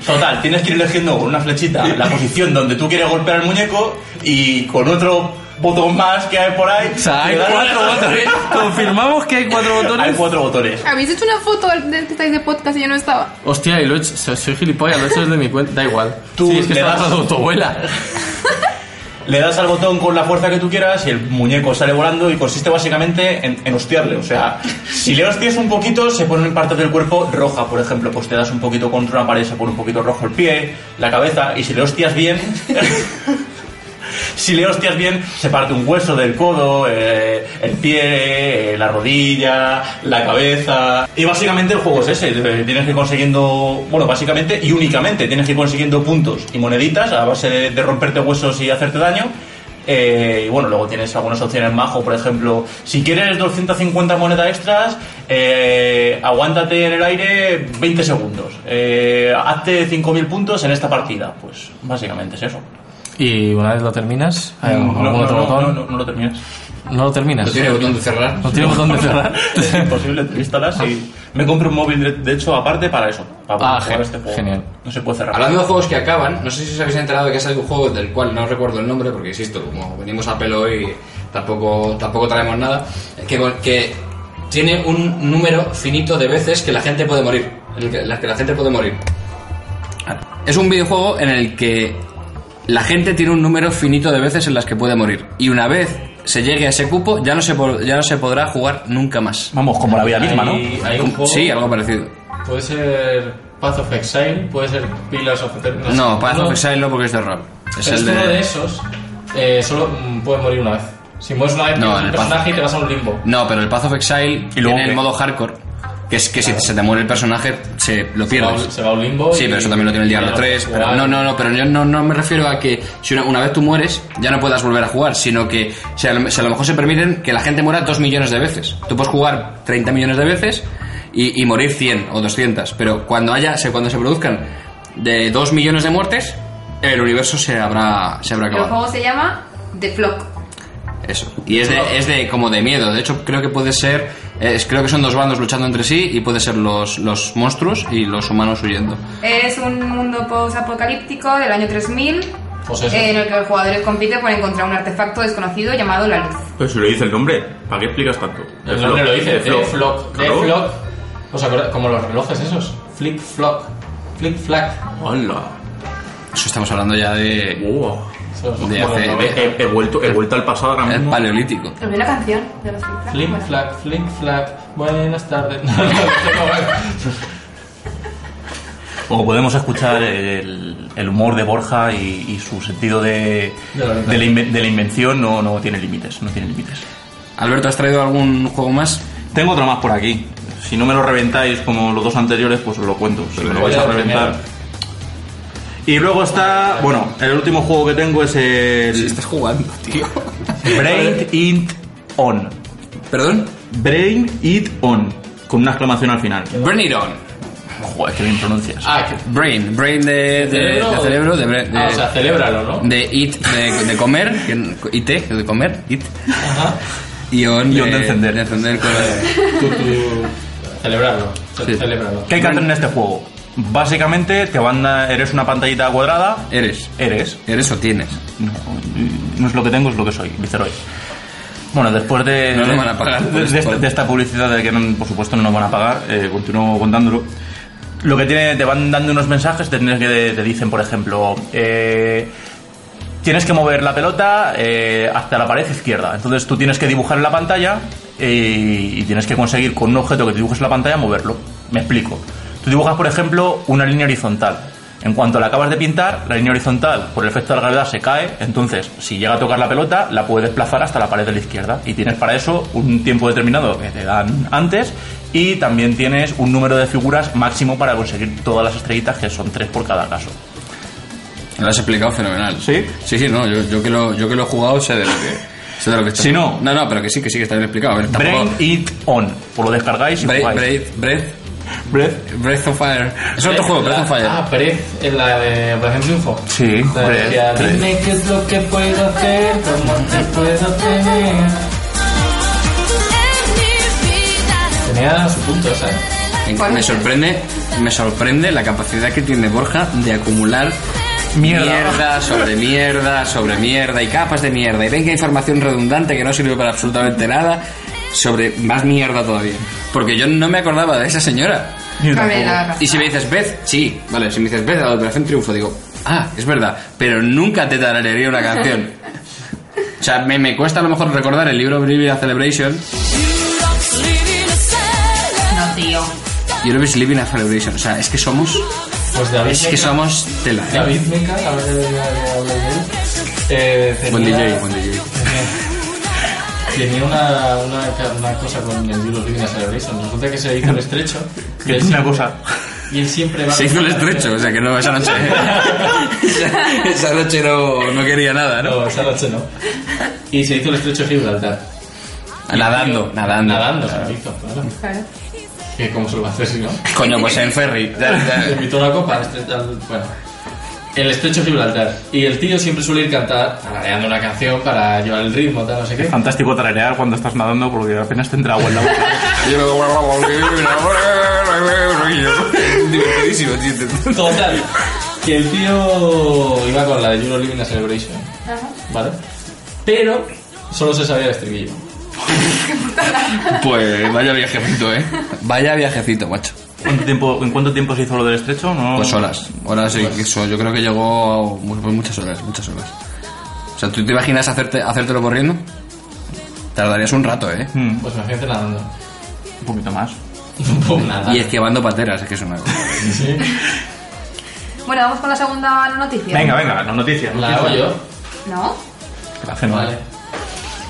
D: Total, tienes que ir eligiendo con una flechita la posición donde tú quieres golpear el muñeco y con otro botón más que hay por ahí.
B: O sea, hay
D: le das-
B: cuatro botones. Confirmamos que hay cuatro botones.
D: Hay cuatro botones.
C: ¿Habéis hecho una foto del que estáis de podcast y yo no estaba?
B: Hostia, y lo he hecho- soy, soy gilipollas, lo he hecho desde mi cuenta. Da igual.
D: Tú
B: sí, es que
D: le
B: estaba
D: das-
B: hablando de tu abuela.
D: Le das al botón con la fuerza que tú quieras y el muñeco sale volando y consiste básicamente en, en hostiarle. O sea, si le hostias un poquito, se ponen partes del cuerpo roja, por ejemplo. Pues te das un poquito contra una pared, se pone un poquito rojo el pie, la cabeza, y si le hostias bien. Si le hostias bien, se parte un hueso del codo, eh, el pie, eh, la rodilla, la cabeza. Y básicamente el juego es ese. eh, Tienes que ir consiguiendo, bueno, básicamente y únicamente tienes que ir consiguiendo puntos y moneditas a base de, de romperte huesos y hacerte daño. Eh, y bueno, luego tienes algunas opciones majo, por ejemplo, si quieres 250 monedas extras, eh, aguántate en el aire 20 segundos. Eh, hazte 5.000 puntos en esta partida. Pues básicamente es eso.
B: Y una vez Ah, lo terminas, ¿hay
A: Mm.
D: No,
B: algún
D: no,
B: otro
D: no,
B: botón?
D: no, no, no lo terminas.
B: ¿No lo terminas?
A: No tiene botón de cerrar.
B: ¿No tiene botón de cerrar?
D: es imposible, te lo instalas y me compro un móvil, de, de hecho, aparte para eso. Para poder
B: Ah,
D: jugar
B: gen-
D: este juego.
B: genial.
D: No se puede cerrar.
A: Hablando de juegos que acaban, no sé si os habéis enterado de que ha salido un juego del cual no recuerdo el nombre, porque insisto, como venimos a pelo hoy, tampoco, tampoco traemos nada, que, que tiene un número finito de veces que la gente puede morir. en el que- las que la gente puede morir. Es un videojuego en el que la gente tiene un número finito de veces en las que puede morir. Y una vez se llegue a ese cupo, ya no se, po- ya no se podrá jugar nunca más.
D: Vamos, como la vida misma, ¿no?
B: Hay- hay un juego-
A: Sí, algo parecido.
B: Puede ser Path of Exile, puede ser Pillars of Eternity.
A: No, Path of Exile no, porque es de rol. Es, el de...
B: uno de esos. Eh, solo mm, puedes morir una vez. Si mueres una vez,
A: No,
B: tienes
A: en
B: un
A: el Path-
B: personaje y te vas a un limbo.
A: No, pero el Path of Exile
D: ¿Y luego
A: tiene el
D: qué?
A: modo hardcore, que es que si se te muere el personaje, se lo
B: Se va, a un-
A: pierdes.
B: se va a un limbo.
A: Sí,
B: y-
A: pero eso también lo tiene el
B: y ya
A: Diablo
B: no puedes
A: 3. Pero
B: jugar.
A: no, no, no, pero yo no, no me refiero a que si una, una vez tú mueres ya no puedas volver a jugar, sino que si a, lo, si a lo mejor se permiten que la gente muera 2 millones de veces. Tú puedes jugar 30 millones de veces y, y morir 100 o 200, pero cuando haya, se- cuando se produzcan de 2 millones de muertes, el universo se habrá, se habrá
C: El
A: acabado.
C: juego se llama The Flock.
A: Eso. Y es de, es de como de miedo. De hecho, creo que puede ser. es- creo que son dos bandos luchando entre sí y puede ser los, los monstruos y los humanos huyendo.
C: Es un mundo post-apocalíptico del año 3000
B: Pues eso.
C: eh, en el que los jugadores compiten por encontrar un artefacto desconocido llamado la luz.
I: Pues si lo dice el nombre, ¿para qué explicas tanto?
B: El nombre lo dice,
I: Flock.
B: Flock.
I: Claro.
B: Flock. ¿Os acordáis? Como los relojes esos. Flick Flock. Flick Flack.
I: Hola.
A: Eso estamos hablando ya de.
I: Wow.
B: Esos-
A: De
B: bueno,
A: hace-
B: no,
I: He, he- he vuelto, he vuelto al pasado
B: Eh,
I: ahora
A: el
I: mismo.
A: paleolítico.
C: Olvidé la canción de los Flip
B: Flick
C: Flop.
B: Flack, Flick Flack. Buenas tardes. No, no, no,
D: Como podemos escuchar el, el humor de Borja y, y su sentido de,
B: De la verdad.
D: de la, inven- de la invención no, no tiene límites, no tiene límites.
A: Alberto, ¿has traído algún juego más?
D: Tengo otro más por aquí. Si no me lo reventáis como los dos anteriores, pues os lo cuento. Si me lo vais a
B: Primero.
D: reventar. Y luego está, bueno, el último juego que tengo es el
A: estás jugando, tío.
D: Brain It On.
A: ¿Perdón?
D: Brain It On. Con una exclamación al final.
A: Burn it on.
D: Joder, qué bien pronuncias.
B: Ah, que-
A: Brain. Brain de, de- de cerebro. De, bre- de,
B: Ah, o sea, celébralo, ¿no?
A: de eat, de, de comer. que- IT, de comer. It. Y on,
D: Y on de encender.
A: De encender con-
B: Tú, tú- Celebrarlo. ce-
A: Sí.
B: Celebrarlo.
D: ¿Qué hay que hacer en este juego? Básicamente, te van a- eres una pantallita cuadrada.
A: Eres.
D: Eres.
A: Eres o tienes.
D: No, no es lo que tengo, es lo que soy, Viceroy. Bueno, después de,
A: No nos van a pagar por
D: de, de-
A: esto.
D: de esta publicidad de que no- por supuesto no nos van a pagar, eh, continúo contándolo. Lo que tiene, te van dando unos mensajes, te, tienes que, te dicen, por ejemplo, eh, tienes que mover la pelota eh, hasta la pared izquierda. Entonces tú tienes que dibujar en la pantalla eh, y tienes que conseguir con un objeto que dibujes en la pantalla moverlo. Me explico. Tú dibujas, por ejemplo, una línea horizontal. En cuanto la acabas de pintar, la línea horizontal, por el efecto de la gravedad, se cae. Entonces, si llega a tocar la pelota, la puedes desplazar hasta la pared de la izquierda. Y tienes para eso un tiempo determinado que te dan antes. Y también tienes un número de figuras máximo para conseguir todas las estrellitas, que son tres por cada caso.
A: Lo has explicado fenomenal.
D: ¿Sí?
A: Sí, sí, no, yo, yo que, lo, yo que lo he jugado sé de lo que... Sé de lo que está
D: Si no-
A: No, no, pero que sí, que sí, que está bien explicado. A ver,
D: Brain
A: tampoco...
D: It On. Os Pues lo descargáis y
A: Breath,
D: jugáis.
A: breath, breath,
D: Breath.
A: Breath of Fire. Es otro juego, Breath of Fire.
B: Ah, Breath, en la de Breath Info.
D: Sí,
B: La
D: Breath,
B: decía,
D: Breath.
B: Dime qué es lo que puedo hacer, cómo te puedo tener. Tenía su punto, ¿sabes?
A: En-
C: Pues
A: Me
C: no sé.
A: sorprende, me sorprende la capacidad que tiene Borja de acumular
B: Mierda.
A: sobre mierda, sobre mierda y capas de mierda. Y venga información redundante que no sirve para absolutamente nada sobre más mierda todavía. Porque yo no me acordaba de esa señora.
C: Cabe la razón.
A: Y si me dices Beth, sí, vale, si me dices Beth, la Operación Triunfo, digo, ah, es verdad, pero nunca te tararearía una canción. O sea, me, me cuesta a lo mejor recordar el libro Brivia Celebration,
C: No, tío.
A: Eurovision Living a Celebration. O sea, es que somos,
B: Pues David
A: es que
B: Meca-
A: somos tela. ¿eh?
B: David Meca, la verdad es que eh, tenía-
A: Buen DJ, buen DJ.
B: Tenía una, una, una cosa con el Virus Living Celebration. Resulta que se hizo el estrecho. y él
D: Una
B: siempre-
D: cosa.
B: Y él siempre va.
A: Se hizo el estrecho, o sea que no, esa noche. esa, esa noche no, no quería nada, ¿no?
B: No, esa noche no. Y se hizo el estrecho de Gibraltar.
A: Nadando, nadando.
B: Nadando, se hizo, claro. Que ¿Cómo se lo va a hacer si no?
A: Coño, pues en ferry. Ya,
B: Le
A: ya.
B: invitó una copa al estre- al- bueno, el estrecho Gibraltar. Y el tío siempre suele ir cantar, tarareando una canción para llevar el ritmo, tal, no sé qué.
D: Es fantástico tararear cuando estás nadando porque apenas te entra agua en la boca.
A: Divertidísimo, tío.
B: Total. Que el tío iba con la de Euro Living a Celebration. ¿Vale? Pero solo se sabía el estribillo.
A: Pues vaya viajecito, ¿eh? Vaya viajecito, macho.
D: ¿Cuánto tiempo, ¿En cuánto tiempo se hizo lo del estrecho? No,
A: Pues horas, horas y eso, yo creo que llegó mu- pues muchas horas, muchas horas. O sea, ¿tú te imaginas hacerte, hacértelo corriendo? Tardarías un rato, ¿eh?
D: Mm,
B: Pues imagínate nadando.
D: un poquito más.
B: Pues nada.
A: Y esquivando pateras, es que es una cosa.
B: Sí.
C: Bueno, vamos con la segunda noticia.
D: Venga, venga, las noticias.
B: La hago yo.
C: ¿No?
D: La hacen
B: Vale.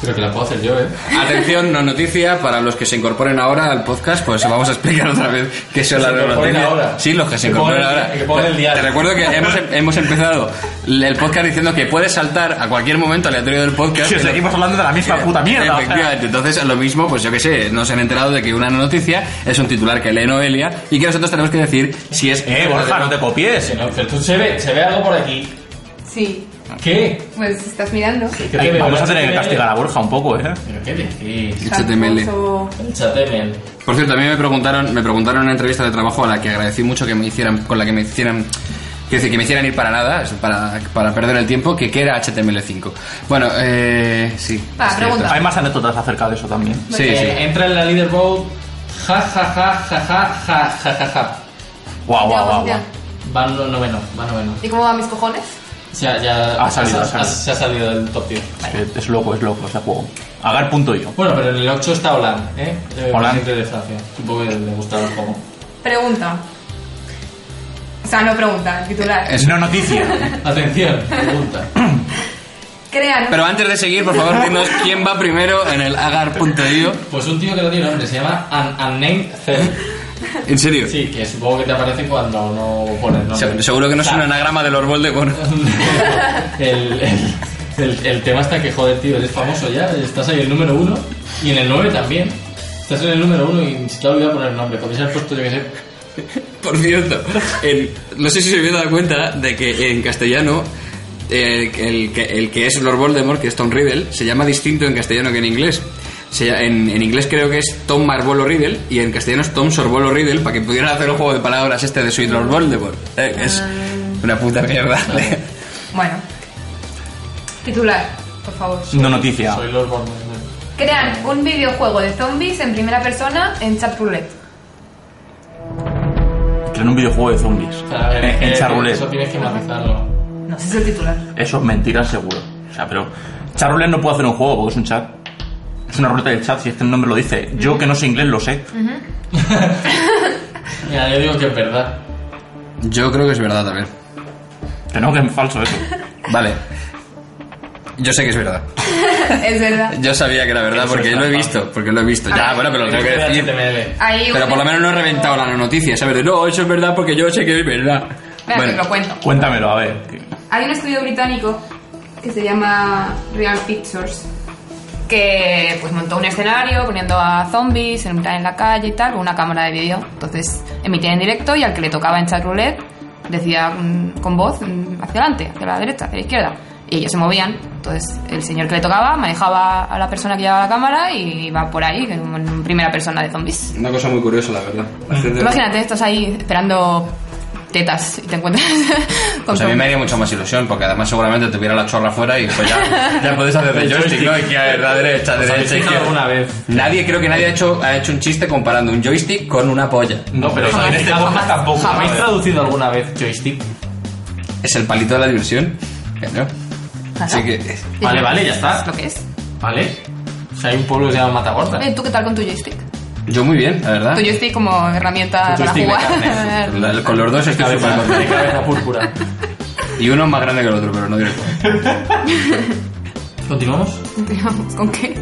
B: Creo que la puedo hacer yo, ¿eh?
A: Atención, no noticia, para los que se incorporen ahora al podcast, pues vamos a explicar otra vez qué son
B: Que
A: las
B: se incorporen
A: noticias.
B: ahora.
A: Sí, los que se
B: Que
A: incorporen
B: pongan el-
A: ahora.
B: que pongan el diario.
A: Te recuerdo que hemos, hemos empezado el podcast diciendo que puedes saltar a cualquier momento aleatorio del podcast.
D: Sí,
A: que lo-
D: seguimos hablando de la misma puta mierda. o sea.
A: Efectivamente, entonces lo mismo, pues yo que sé, nos han enterado de que una noticia es un titular que lee Noelia y que nosotros tenemos que decir si es...
D: Eh, Borja, no te copies.
B: Que no, pero tú se ve, se ve algo por aquí.
C: Sí.
B: ¿Qué?
C: Pues estás mirando.
B: ¿Qué
D: Ay,
B: te veo?
D: vamos a
B: ¿La
D: tener que
B: HTML?
D: castigar a Borja un poco, ¿eh?
B: ¿Pero qué decís?
A: HTML.
C: Tramposo.
B: El HTML.
A: Por cierto, a mí me preguntaron, me preguntaron en una entrevista de trabajo a la que agradecí mucho que me hicieran, con la que me hicieran, que decir, que me hicieran ir para nada, es para, para perder el tiempo, que qué era HTML5. Bueno, eh, sí.
C: Va,
A: es cierto.
C: pregunta.
D: Hay más anécdotas acerca de eso también.
A: Sí, sí.
B: Eh, Entra en la leaderboard. Ja, ja, ja, ja, ja, ja, ja, ja, ja.
D: Guau,
C: Ya,
D: guau, guau.
C: ya.
D: guau.
B: Va no- noveno, va noveno.
C: ¿Y cómo van mis cojones?
B: Ya, ya
D: Ha salido, ha salido.
B: se ha salido del top 10.
D: Es, es loco, es loco, es de juego. Agar.io.
B: Bueno, pero en el 8 está Hollande, ¿eh? Eh,
D: Hollande.
B: presidente de Francia. Supongo que le gustaba el juego.
C: Pregunta. O sea, no pregunta, el titular.
D: Es una noticia.
B: Atención, pregunta.
C: Crean.
A: Pero antes de seguir, por favor, dinos quién va primero en el agar.io.
B: Pues un tío que no tiene nombre, se llama An Unnamed Theft.
A: ¿En serio?
B: Sí, que supongo que te aparece cuando no pones
A: Se-
B: nombre.
A: Seguro que no
B: O
A: es
B: sea,
A: un anagrama del Orbol de Gor-
B: el, el, el- el tema está que, joder, tío, eres famoso ya, estás ahí el número uno y en el 9 también. Estás en el número uno y se te ha olvidado poner el nombre. Podrías haber puesto, yo qué sé,
A: Por cierto, en- no sé si se habéis dado cuenta de que en castellano eh, el, que- el que es Lord Voldemort, que es Tom Riddle, se llama distinto en castellano que en inglés. Se lla- en, en inglés creo que es Tom Marbolo Riddle y en castellano es Tom Sorbolo Riddle para que pudieran hacer un juego de palabras este de Sweet Lord Voldemort. Eh, es una puta mierda.
C: Bueno. Titular, por favor.
D: No noticia.
B: soy Lord Voldemort.
C: Crean un videojuego de zombies en primera persona en chat roulette.
D: Crean un videojuego de zombies.
B: O sea, a ver,
D: En, en
B: eh,
D: Charroulette.
B: Eso tienes que matizarlo.
C: No sé si es el titular.
D: Eso es mentira seguro. O sea, pero Charroulette no puede hacer un juego porque es un chat. Es una ruleta de chat, si es que el nombre lo dice. Yo que no sé inglés lo sé.
B: Mira, yo digo que es verdad.
A: Yo creo que es verdad también.
D: Que no, que es falso eso.
A: Vale. Yo sé que es verdad.
C: es verdad.
A: Yo sabía que era verdad
D: Eso
A: porque
D: es
A: lo he
D: verdad.
A: visto, porque lo he visto. Ya,
C: Ah,
A: bueno, pero lo tengo que
B: Es
A: decir.
B: HTML.
C: Hay
A: Pero
C: un-
A: por lo menos no he reventado la noticia, ¿sabes? De, no, eso es verdad porque yo sé que es verdad.
C: Espera, que os lo cuento.
D: Cuéntamelo, a ver. que-
C: Hay un estudio británico que se llama Real Pictures que pues montó un escenario poniendo a zombies en plan en la calle y tal con una cámara de vídeo. Entonces emitían en directo y al que le tocaba en chat roulette decía mm, con voz mm, hacia adelante, hacia la derecha, hacia la izquierda. y ellos se movían. Entonces el señor que le tocaba manejaba a la persona que llevaba la cámara y iba por ahí en en primera persona de zombies.
A: Una cosa muy curiosa, la verdad. Bastante-
C: Imagínate, estás ahí esperando tetas y te encuentras con
A: Pues a mí
C: zombies.
A: me haría mucha más ilusión, porque además seguramente tuviera la chorra fuera y pues ya, ya podéis hacer de joystick, ¿no? Izquierda, derecha, derecha,
B: hecho
A: izquierda.
B: alguna vez?
A: Nadie, creo que nadie ha hecho, ha hecho un chiste comparando un joystick con una polla.
B: No, pero
D: en este podcast tampoco.
B: ¿Habéis traducido alguna vez joystick?
A: Es el palito de la diversión. ¿eh, ¿no? Así que...
B: Vale, vale, ya está.
C: Es lo que es.
B: ¿Vale? O sea, hay un pueblo que se llama Matagorda.
C: Eh, ¿Tú qué tal con tu joystick?
A: Yo muy bien, la verdad.
C: Tu joystick como herramienta
B: Tu
C: para
B: joystick de
C: jugar.
A: La- el- Con los dos estoy
B: Cabeza,
A: súper
B: de
A: contento.
B: cabeza púrpura.
A: Y uno más grande que el otro, pero no directo.
B: ¿Continuamos?
C: Digamos, ¿Con qué?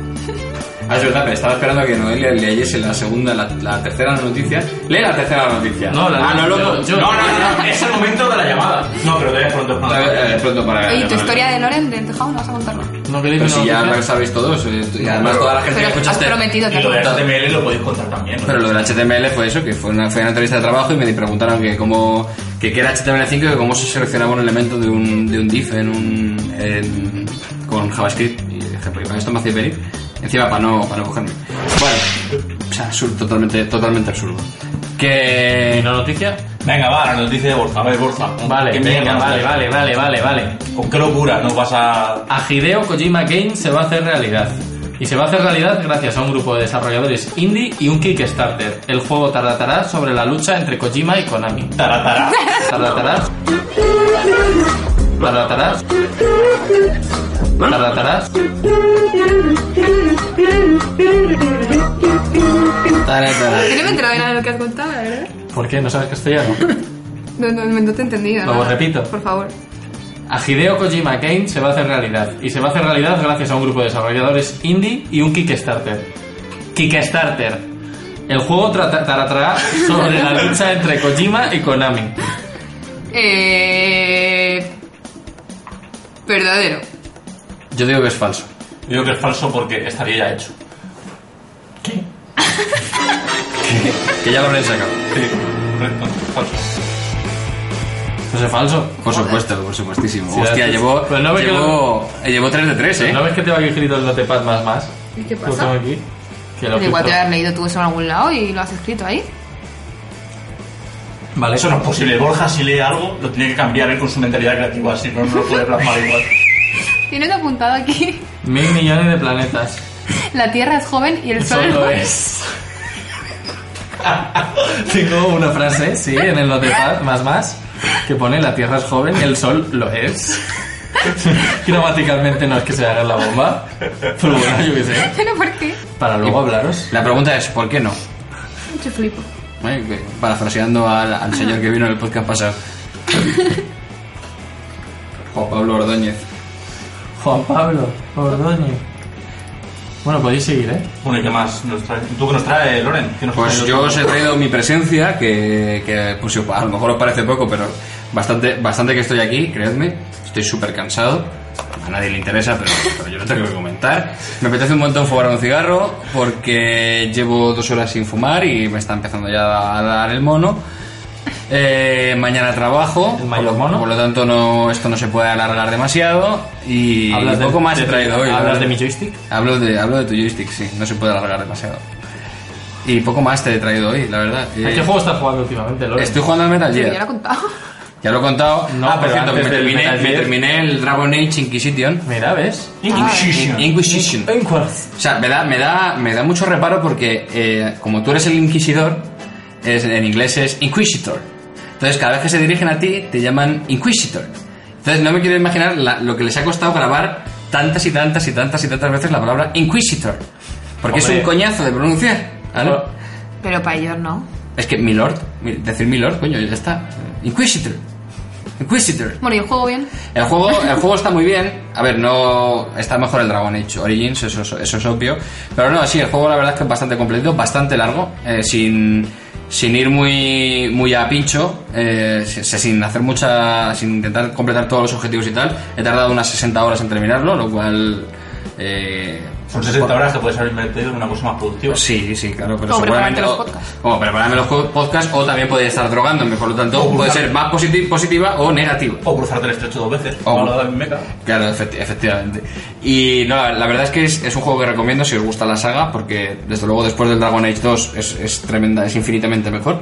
A: Ah, es verdad, pero estaba esperando a que Noelia leyese la segunda, la, la tercera noticia. Lee la tercera noticia.
B: No, la-
A: ah, no,
B: yo-
A: loco.
B: yo-
A: No, no, no.
D: es el momento de la llamada. No, pero todavía es pronto.
A: A ver, a ver, pronto para...
C: Oye, ¿tu
A: llamarle.
C: historia de Loren del tejado no vas a contarla?
B: ¿No queréis
A: Pero
B: que
A: si
B: no
A: ya
B: lo
A: lo
B: diga?
A: sabéis todos, eh, tú- y además toda la gente que
C: Pero has
A: escuchaste.
C: prometido que
D: Y lo de
C: has contado.
D: HTML lo podéis contar también. ¿no?
A: Pero lo del HTML fue eso, que fue una, fue una entrevista de trabajo y me preguntaron que cómo que qué era HTML5 y que cómo se seleccionaba un elemento de un, de un diff en un, en- con JavaScript. Y dije, porque para esto me hacía venir. Encima para no, para no cogerme. Bueno, o sea, absurdo, totalmente, totalmente absurdo.
B: ¿Y
A: Que...
B: no noticia?
D: Venga, va, la noticia de Borja. A ver, Borja.
B: Vale,
D: ¿qué
B: venga,
D: mierda
B: vale,
D: nos
B: vale, vale, vale, vale.
D: traes? ¿Con qué locura nos vas a...?
B: A Hideo Kojima Game se va a hacer realidad. Y se va a hacer realidad gracias a un grupo de desarrolladores indie y un Kickstarter. El juego tratará sobre la lucha entre Kojima y Konami.
D: Taratará.
B: Tardatarás. Tardatarás. Tardatarás.
C: Yo no me he enterado de nada de lo que has contado, la verdad.
B: ¿Por qué? ¿No sabes castellano?
C: No, no, no te he entendido.
B: Lo
C: nada.
B: repito.
C: Por favor.
B: A Hideo Kojima Game se va a hacer realidad. Y se va a hacer realidad gracias a un grupo de desarrolladores indie y un Kickstarter. Kickstarter. El juego trata- tratará sobre la lucha entre Kojima y Konami.
C: Eh... Verdadero.
A: Yo digo que es falso.
D: Yo creo que es falso porque estaría ya hecho.
A: Que ya lo habréis sacado.
D: Sí, correcto. Falso.
B: Eso es falso.
A: Por supuesto, por supuestísimo.
B: Sí,
A: Hostia,
B: sí.
A: llevó,
B: Pero no me
A: llevó, llevó 3 de 3, ¿eh?
B: ¿No ves que te va escrito el notepad más más?
C: ¿Y qué
B: Lo tengo
C: pasa?
B: aquí. Que lo
C: Pero igual te
B: filtro.
C: has leído tú eso en algún lado y lo has escrito ahí.
B: Vale,
D: Eso no es posible. Borja, si lee algo, lo tiene que cambiar él con su mentalidad creativa. Si no, no lo puede plasmar igual.
C: Tienes apuntado aquí.
B: Mil millones de planetas.
C: La Tierra es joven y el Sol es
B: Solo
C: joven.
B: es. Tengo una frase, sí, en el notepad, más más, que pone la Tierra es joven, el Sol lo es. Gramaticalmente no es que se haga la bomba, pero bueno, yo qué sé.
C: Pero ¿por qué?
B: Para luego hablaros.
A: La pregunta es, ¿por qué no?
C: Yo flipo.
A: Eh, que- Parafraseando al, al señor que vino en el podcast pasado. Juan Pablo Ordóñez.
B: Juan Pablo Ordóñez. Bueno, podéis seguir, ¿eh?
D: Bueno, ¿y qué más nos trae? ¿Tú qué nos traes, Loren? ¿Qué nos
A: Pues
D: traes?
A: yo os he traído mi presencia, que, que, pues, a lo mejor os parece poco, pero bastante, bastante que estoy aquí, creedme. Estoy súper cansado. A nadie le interesa, pero, pero yo lo tengo que comentar. Me apetece un montón fumar un cigarro porque llevo dos horas sin fumar y me está empezando ya a dar el mono. Eh, mañana trabajo,
B: ¿El mayor
A: por lo-
B: mono?
A: por lo tanto no, esto no se puede alargar demasiado y
B: de-
A: poco más
B: de-
A: he traído hoy. la
B: ¿Hablas
A: verdad.
B: de mi joystick?
A: Hablo de, hablo de tu joystick, sí, no se puede alargar demasiado. Y poco más te he traído hoy, la verdad.
B: ¿A
A: Eh,
B: qué juego estás jugando últimamente, Loren?
A: Estoy jugando al Metal
C: Yo ya lo he
A: Gear.
C: contado.
A: Ya lo he contado.
B: No,
A: ah, por
B: pero
A: cierto, me
B: antes del
A: terminé,
B: Metal
A: me
B: Gear.
A: terminé el Dragon Age Inquisition.
B: Mira, ¿ves?
C: Ah,
D: Inquisition.
A: Inquisition. O sea, me da, me da, me da mucho reparo porque eh, como tú eres el inquisidor, es- en inglés es inquisitor. Entonces cada vez que se dirigen a ti te llaman inquisitor. Entonces no me quiero imaginar la- lo que les ha costado grabar tantas y tantas y tantas y tantas veces la palabra inquisitor. Porque es
B: Hombre.
A: un coñazo de pronunciar. ¿vale?
B: Pero-
C: Pero para ellos no.
A: Es que milord, mi- decir milord, coño, ya está. Inquisitor. Inquisitor.
C: Bueno, ¿y el juego bien?
A: El juego, el juego está muy bien. A ver, no está mejor el Dragon Age Origins, eso, es- eso es obvio. Pero no, sí, el juego la verdad es que es bastante completo, bastante largo, eh, sin, sin ir muy, muy a pincho, eh, se- se- sin hacer mucha, sin intentar completar todos los objetivos y tal. He tardado unas 60 horas en terminarlo, lo cual eh,
D: Son 60 horas que puedes haber invertido en una cosa más productiva.
A: Sí, sí, claro, pero
C: O
A: seguramente.
C: prepararte los
A: o-
C: podcasts.
A: o prepararme los co- podcasts o también podría estar drogándome, por lo tanto,
D: O
A: puede
D: cruzar-
A: ser más positi- positiva o negativa.
D: O cruzarte el estrecho dos veces.
A: O-
D: como lo de David Meca.
A: Claro, efecti- efectivamente. Y no, la la verdad es que es, es un juego que recomiendo si os gusta la saga, porque desde luego después del Dragon Age 2 es, es tremenda, es infinitamente mejor.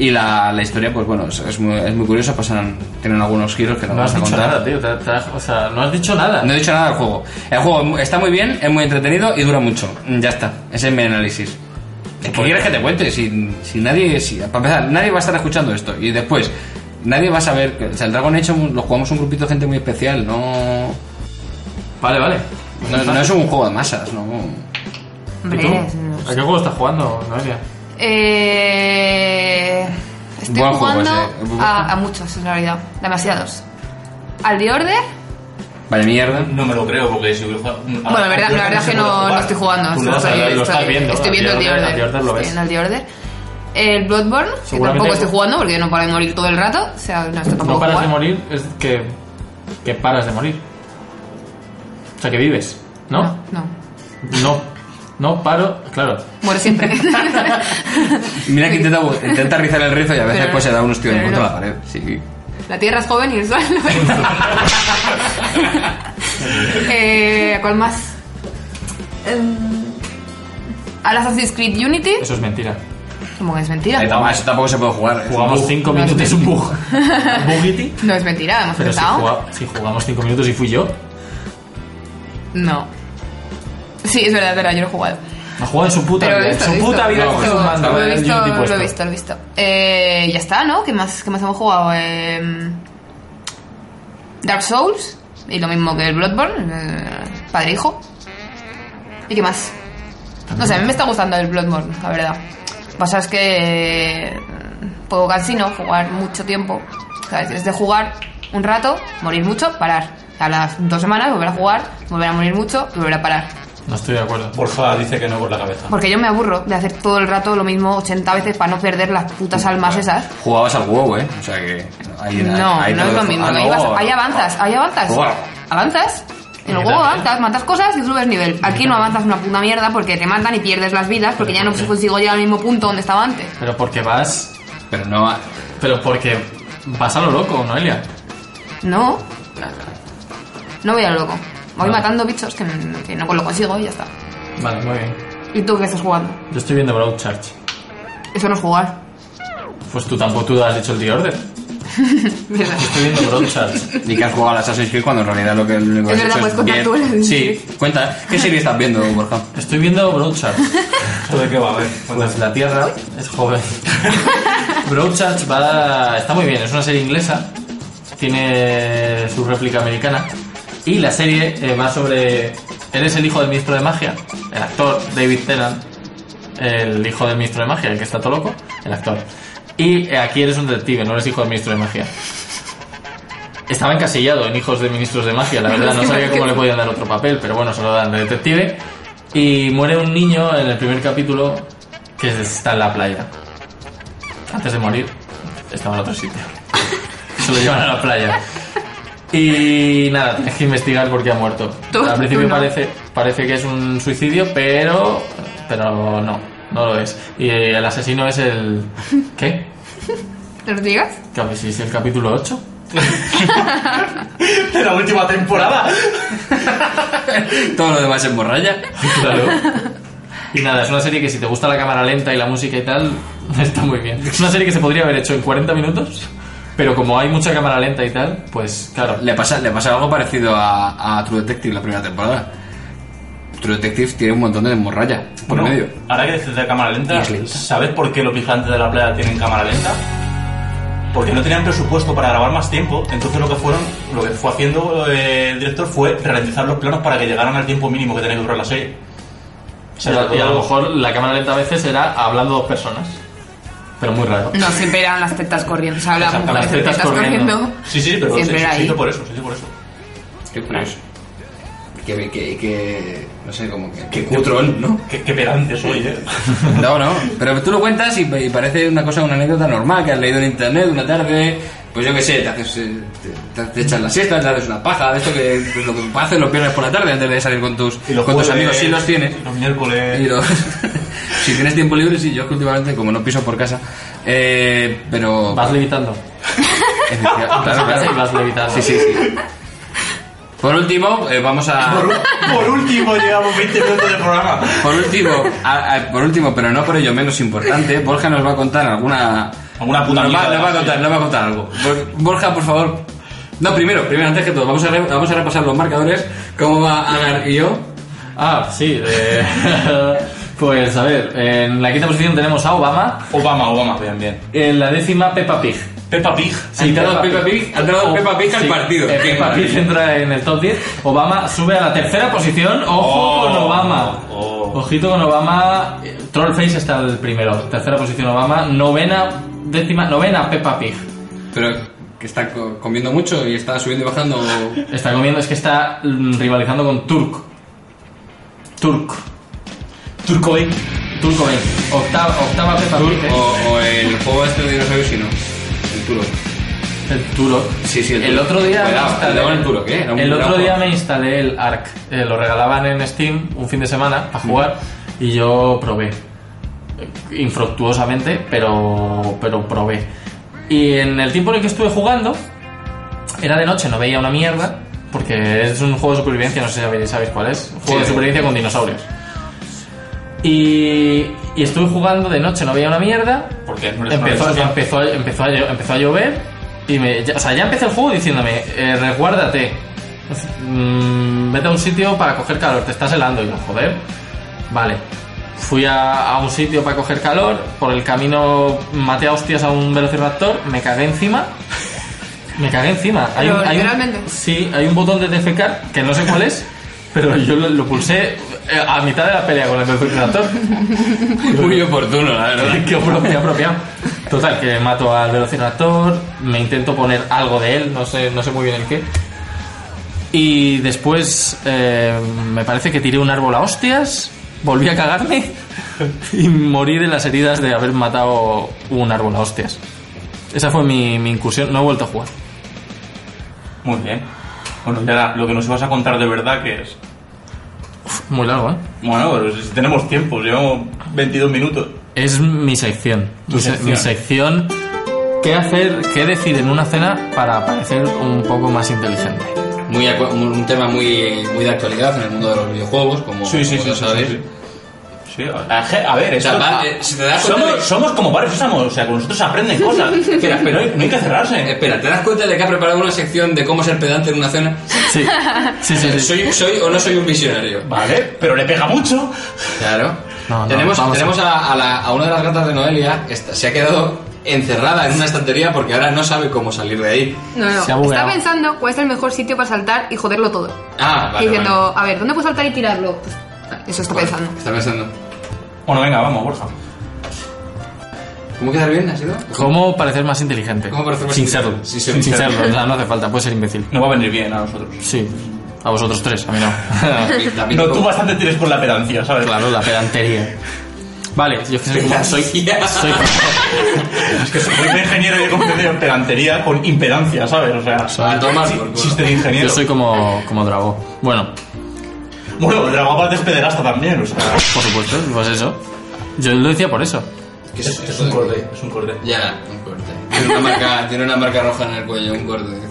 A: Y la, la historia, pues bueno, es, es muy, es muy curiosa, pasan, tienen algunos giros que no,
B: No
A: vamos
B: has
A: a
B: dicho
A: contar.
B: nada, tío. te- te- o sea, no has dicho nada.
A: No he dicho nada del juego. El juego es mu- está muy bien, es muy entretenido y dura mucho. Mm, Ya está, ese es mi análisis. ¿Qué quieres que te cuente? Si, si nadie, si- para empezar, nadie va a estar escuchando esto. Y después, nadie va a saber. que- O sea, el Dragon Age lo jugamos un grupito de gente muy especial, no.
B: Vale, vale.
A: No, no es un juego de masas, no.
B: ¿Y
C: Hombre,
B: tú?
C: es- no
B: ¿A qué juego estás jugando, Noelia?
C: Eh, estoy
A: Buen juego
C: jugando
B: eh.
A: ese.
C: a, a muchos, en realidad. Demasiados. Al The Order,
A: Vale, mierda.
D: No me lo creo, porque si hubiera
B: Ah,
C: bueno, la verdad, la verdad que no, no estoy jugando.
D: Tú
C: estoy-
D: lo vas a ver,
B: lo estás
C: estoy-
B: viendo,
C: Estoy
B: al
C: viendo el
B: The
C: The
B: Order,
C: Order.
B: al The Order lo
C: estoy
B: ves.
C: en el The Order. Eh, El Bloodborne, que
B: Seguramente-
C: tampoco estoy jugando porque yo no paro de morir todo el rato. O sea, no estoy tampoco
B: No paras de
C: jugando.
B: morir, es que, que paras de morir. O sea, que vives, ¿no?
C: No, no.
B: No, no paro, claro.
C: Muero siempre.
A: Mira que intenta, intenta rizar el rizo y a veces
C: Pero no,
A: pues se da unos tíos en
C: pero
A: contra
C: no.
A: la pared. Sí.
C: La tierra es joven y el sol. lo es. eh, ¿a ¿Cuál más? Em, Al Assassin's Creed Unity.
B: Eso es mentira.
C: Como que es mentira.
D: Eh,
A: Ahí tampoco, eso tampoco se puede jugar. ¿eh? es un
B: Jugamos
A: bug.
B: 5
C: No,
B: minutos.
C: es
B: un bug. ¿Bugity?
C: No es mentira, hemos
B: Pero si,
C: pensado.
B: juga- si jugamos 5 minutos y fui yo.
C: No. Sí, es verdad, es verdad, yo lo he jugado.
B: Ha jugado en su puta
C: Pero lo he
B: vida. en
C: visto, lo he
B: su
C: visto.
B: puta vida
C: Lo he
B: coge
C: visto,
B: un mando.
C: Lo he
B: de
C: visto,
B: Unity
C: lo
B: puesto.
C: he visto, lo he visto. Eh, ya está, ¿no? ¿Qué más, qué más hemos jugado? Eh, Dark Souls. Y lo mismo que el Bloodborne. eh, padre e hijo. ¿Y qué más? No sé, a mí me está gustando el Bloodborne, la verdad. Lo que pasa es que. eh, Poco cansino, jugar mucho tiempo. ¿Sabes? Es de jugar un rato, morir mucho, parar. A las dos semanas volver a jugar, volver a morir mucho y volver a parar.
B: No estoy de acuerdo.
D: Borja dice que no con la cabeza.
C: Porque yo me aburro de hacer todo el rato lo mismo 80 veces para no perder las putas almas esas.
A: Jugabas al WoW, eh. O sea que. ahí-
C: No,
A: ahí te
C: no es lo
A: dejo.
C: mismo.
A: Ah,
C: Ahí,
A: no.
C: vas- ahí avanzas, ahí avanzas.
A: Guau.
C: Avanzas. Y luego
A: eh.
C: avanzas, matas cosas y subes nivel. Aquí no avanzas una puta mierda porque te matan y pierdes las vidas porque ya no consigo llegar al mismo punto donde estaba antes.
B: Pero porque vas.
A: Pero no.
B: Pero porque vas a lo loco, Noelia.
C: No. No voy a lo loco. Voy matando bichos que, que no lo consigo y ya está.
B: Vale, muy bien.
C: ¿Y tú qué estás jugando?
B: Yo estoy viendo Broadchurch.
C: Eso no es jugar.
B: Pues tú tampoco tú has dicho el The Order. Estoy viendo Broadchurch.
A: Ni que has jugado al Assassin's Creed cuando en realidad lo que el único que
C: Es
A: has
C: verdad, pues,
A: hecho
C: puedes contar
A: bien.
C: tú el Assassin's
A: Sí, cuenta. ¿Qué serie estás viendo, Borja?
B: eh. Estoy viendo Broadchurch.
D: ¿Esto de qué va a ver?
B: Pues la Tierra es joven. Broadchurch va, está muy bien, es una serie inglesa, tiene su réplica americana y la serie eh, va sobre... Él es el hijo del ministro de magia, el actor David Tennant, el hijo del ministro de magia, el que está todo loco, el actor. Y eh, aquí eres un detective, no eres hijo del ministro de magia. Estaba encasillado en hijos de ministros de magia, la verdad, no sabía cómo le podían dar otro papel, pero bueno, se lo dan de detective. Y muere un niño en el primer capítulo que está en la playa. Antes de morir, estaba en otro sitio. Se lo llevan a la playa. Y nada, tienes que investigar por qué ha muerto.
C: Tú-
B: Al principio
C: tú no.
B: parece, parece que es un suicidio, pero, pero no, no lo es. Y el asesino es el... ¿Qué?
C: ¿Te lo digas?
B: Cap- si es el capítulo 8?
D: De la última temporada.
A: Todo lo demás es morralla.
B: Claro. Y nada, es una serie que si te gusta la cámara lenta y la música y tal, está muy bien. Es una serie que se podría haber hecho en 40 minutos, pero como hay mucha cámara lenta y tal, pues claro.
A: Le pasa, le pasa algo parecido a, a True Detective la primera temporada. True Detective tiene un montón de morralla por
D: Bueno,
A: medio.
D: Ahora que dices de cámara
A: Y
D: lenta,
A: es lenta.
D: ¿sabes por qué los vigilantes de la playa tienen cámara lenta? Porque no tenían presupuesto para grabar más tiempo, entonces lo que fueron, lo que fue haciendo eh, el director fue ralentizar los planos para que llegaran al tiempo mínimo que tenía que durar la serie. O sea,
B: Y a lo mejor la cámara lenta a veces era hablando dos personas, pero muy raro.
C: No, siempre eran las tetas corriendo. O sea, la
B: Exacto,
C: mujer
B: las
C: de
B: tetas corriendo.
D: Sí, sí, pero se,
C: Siempre
D: se
C: era ahí.
D: hizo por eso, se hizo por eso.
A: Qué curioso. Que, que, que, no sé, como que... Que cutrón, ¿no?
D: Qué, qué pedante soy, eh.
A: No, no, pero tú lo cuentas y, y parece una cosa, una anécdota normal que has leído en internet una tarde Pues yo qué sé, te, haces, eh, te, te- te echas la siesta, te haces una paja, de esto que pues, lo que haces los viernes por la tarde antes de salir con tus,
D: Y los
A: con tus
D: jueves,
A: amigos, si los tienes.
D: Los miércoles.
A: Y lo- si tienes tiempo libre, sí, yo es que últimamente, como no piso por casa, eh, pero...
B: Vas levitando.
A: Efectivamente, claro, claro.
B: Vas levitando.
A: Sí, sí, sí. Por último, eh, vamos a...
D: Por, u- por último, llevamos 20 minutos de programa.
A: Por último, a- a- por último, pero no por ello menos importante, Borja nos va a contar alguna.
D: Alguna puta
A: nos va,
D: mierda,
A: nos va a
D: sí.
A: contar, nos va a contar algo. Bor- Borja, por favor. No, primero, primero, antes que todo, vamos a, re- vamos a repasar los marcadores. ¿Cómo va Agar y yo?
B: Ah, sí. eh, pues a ver, en la quinta posición tenemos a Obama.
D: Obama, Obama, bien, bien.
B: En la décima, Peppa Pig.
D: Peppa Pig.
A: Ha entrado Peppa Pig, ha entrado
E: Oh,
B: O-
A: Peppa Pig al
B: sí,
A: partido.
B: eh,
A: Qué
B: Peppa Pig
A: maravilla.
B: entra en el top 10. Obama sube a la tercera posición. Ojo
D: Oh,
B: con Obama.
D: oh.
B: Ojito con Obama. Eh, Trollface está el primero. Tercera posición Obama. Novena, décima, novena Peppa Pig.
A: Pero que está co- comiendo mucho y está subiendo y bajando.
B: Está comiendo, es que está mm, rivalizando con Turk. Turk. Turcobain. Turcobain. Octava, octava Peppa Pig.
A: O, o el juego este de dinosaurios, si no. El turo.
B: El Turok.
A: Sí, sí, el
B: el,
A: Turok.
B: otro día.
A: Cuidado,
B: me instalé-
A: cuidado con el Turok, ¿eh? Era un
B: el otro
A: gran
B: día
A: juego.
B: me instalé el Ark. Eh, lo regalaban en Steam un fin de semana para jugar y yo probé. Eh, Infructuosamente, pero, pero probé. Y en el tiempo en el que estuve jugando, era de noche, no veía una mierda, porque es un juego de supervivencia, no sé si sabéis, sabéis cuál es. Un juego de
A: Sí.
B: supervivencia con dinosaurios. Y, y estuve jugando de noche, no veía una mierda,
D: Porque no eres una
B: empezó,
D: persona.
B: empezó, empezó, a, llo- empezó a llover y me, ya- o sea, ya empezó el juego diciéndome, eh, resguárdate, Mm, vete a un sitio para coger calor, te estás helando y yo, joder, vale. Fui a, a un sitio para coger calor, por el camino maté a hostias a un velociraptor, me cagué encima. Me cagué encima.
C: Pero
B: un- un-
C: literalmente.
B: sí, hay un botón de defecar que no sé cuál es, pero yo lo, lo pulsé eh, a mitad de la pelea con el velociraptor.
A: Muy oportuno, la verdad.
B: Qué apropiado, apropiado. Total, que mato al velociraptor, me intento poner algo de él, no sé, no sé muy bien el qué. Y después eh, me parece que tiré un árbol a hostias, volví a cagarme y morí de las heridas de haber matado un árbol a hostias. Esa fue mi, mi incursión, no he vuelto a jugar.
D: Muy bien. Bueno, ya lo que nos ibas a contar de verdad que es.
B: Muy largo, ¿eh?
D: Bueno, pero si tenemos tiempo, llevamos 22 minutos.
B: Es mi sección.
D: Tu
B: Mi se-
D: sección.
B: Mi sección. ¿Qué hacer, qué decir en una cena para parecer un poco más inteligente?
A: muy acu- un, un tema muy, muy de actualidad en el mundo de los videojuegos, como, como ya sabéis.
D: Sí, a, a ver,
A: sea,
D: esto-
A: va-
D: a-
A: eh, si te das cuenta
D: somos,
A: de-
D: somos como varios somos, o sea, con nosotros se aprenden cosas.
A: Espera, espera.
D: No hay, no hay que cerrarse.
A: Eh, Espera, ¿te das cuenta de que ha preparado una sección de cómo ser pedante en una cena?
B: Sí, sí, sí. sí.
A: ¿Soy, soy o no soy un visionario?
D: Vale, pero le pega mucho.
A: Claro.
B: No, no,
A: tenemos
B: vamos a-
A: tenemos a, a la- a una de las gatas de Noelia, esta- se ha quedado encerrada en una estantería porque ahora no sabe cómo salir de ahí.
C: No, no,
B: pues, Se ha bugueado.
C: está pensando cuál es el mejor sitio para saltar y joderlo todo.
A: Ah, vale.
C: y
A: vale.
C: diciendo, a ver, ¿dónde puedo saltar y tirarlo? Pues, eso está pensando.
A: Está pensando.
D: Bueno, venga, vamos, Borja.
A: ¿Cómo quedar bien? ¿Ha sido?
B: ¿Cómo parecer más inteligente?
A: ¿Cómo parecer más
B: Sin
A: inteligente?
B: serlo.
A: Sí,
B: Sin,
A: sí, sin
B: serlo.
A: serlo.
B: O sea, no hace falta, puede ser imbécil.
D: No va a venir bien a nosotros.
B: Sí. A vosotros tres, a mí no.
A: David,
D: No, tú
A: ¿cómo?
D: bastante tienes con la pedancia, ¿sabes?
B: claro, la pedantería. Vale, yo es que soy como... Soy, soy,
D: Es que soy de ingeniero y he confundido pedantería con impedancia, ¿sabes? O sea,
A: A tomar por culo.
D: chiste de ingeniero.
B: yo soy como, como Drago. Bueno,
D: Bueno, el dragón aparte es pederasta también, o sea.
B: por supuesto, pues eso. Yo lo decía por eso.
A: ¿Qué es esto
D: Es un
A: de-
D: corte, es un corte.
A: Ya, un corte. Tiene una marca, tiene una marca roja en el cuello, un corte. dice.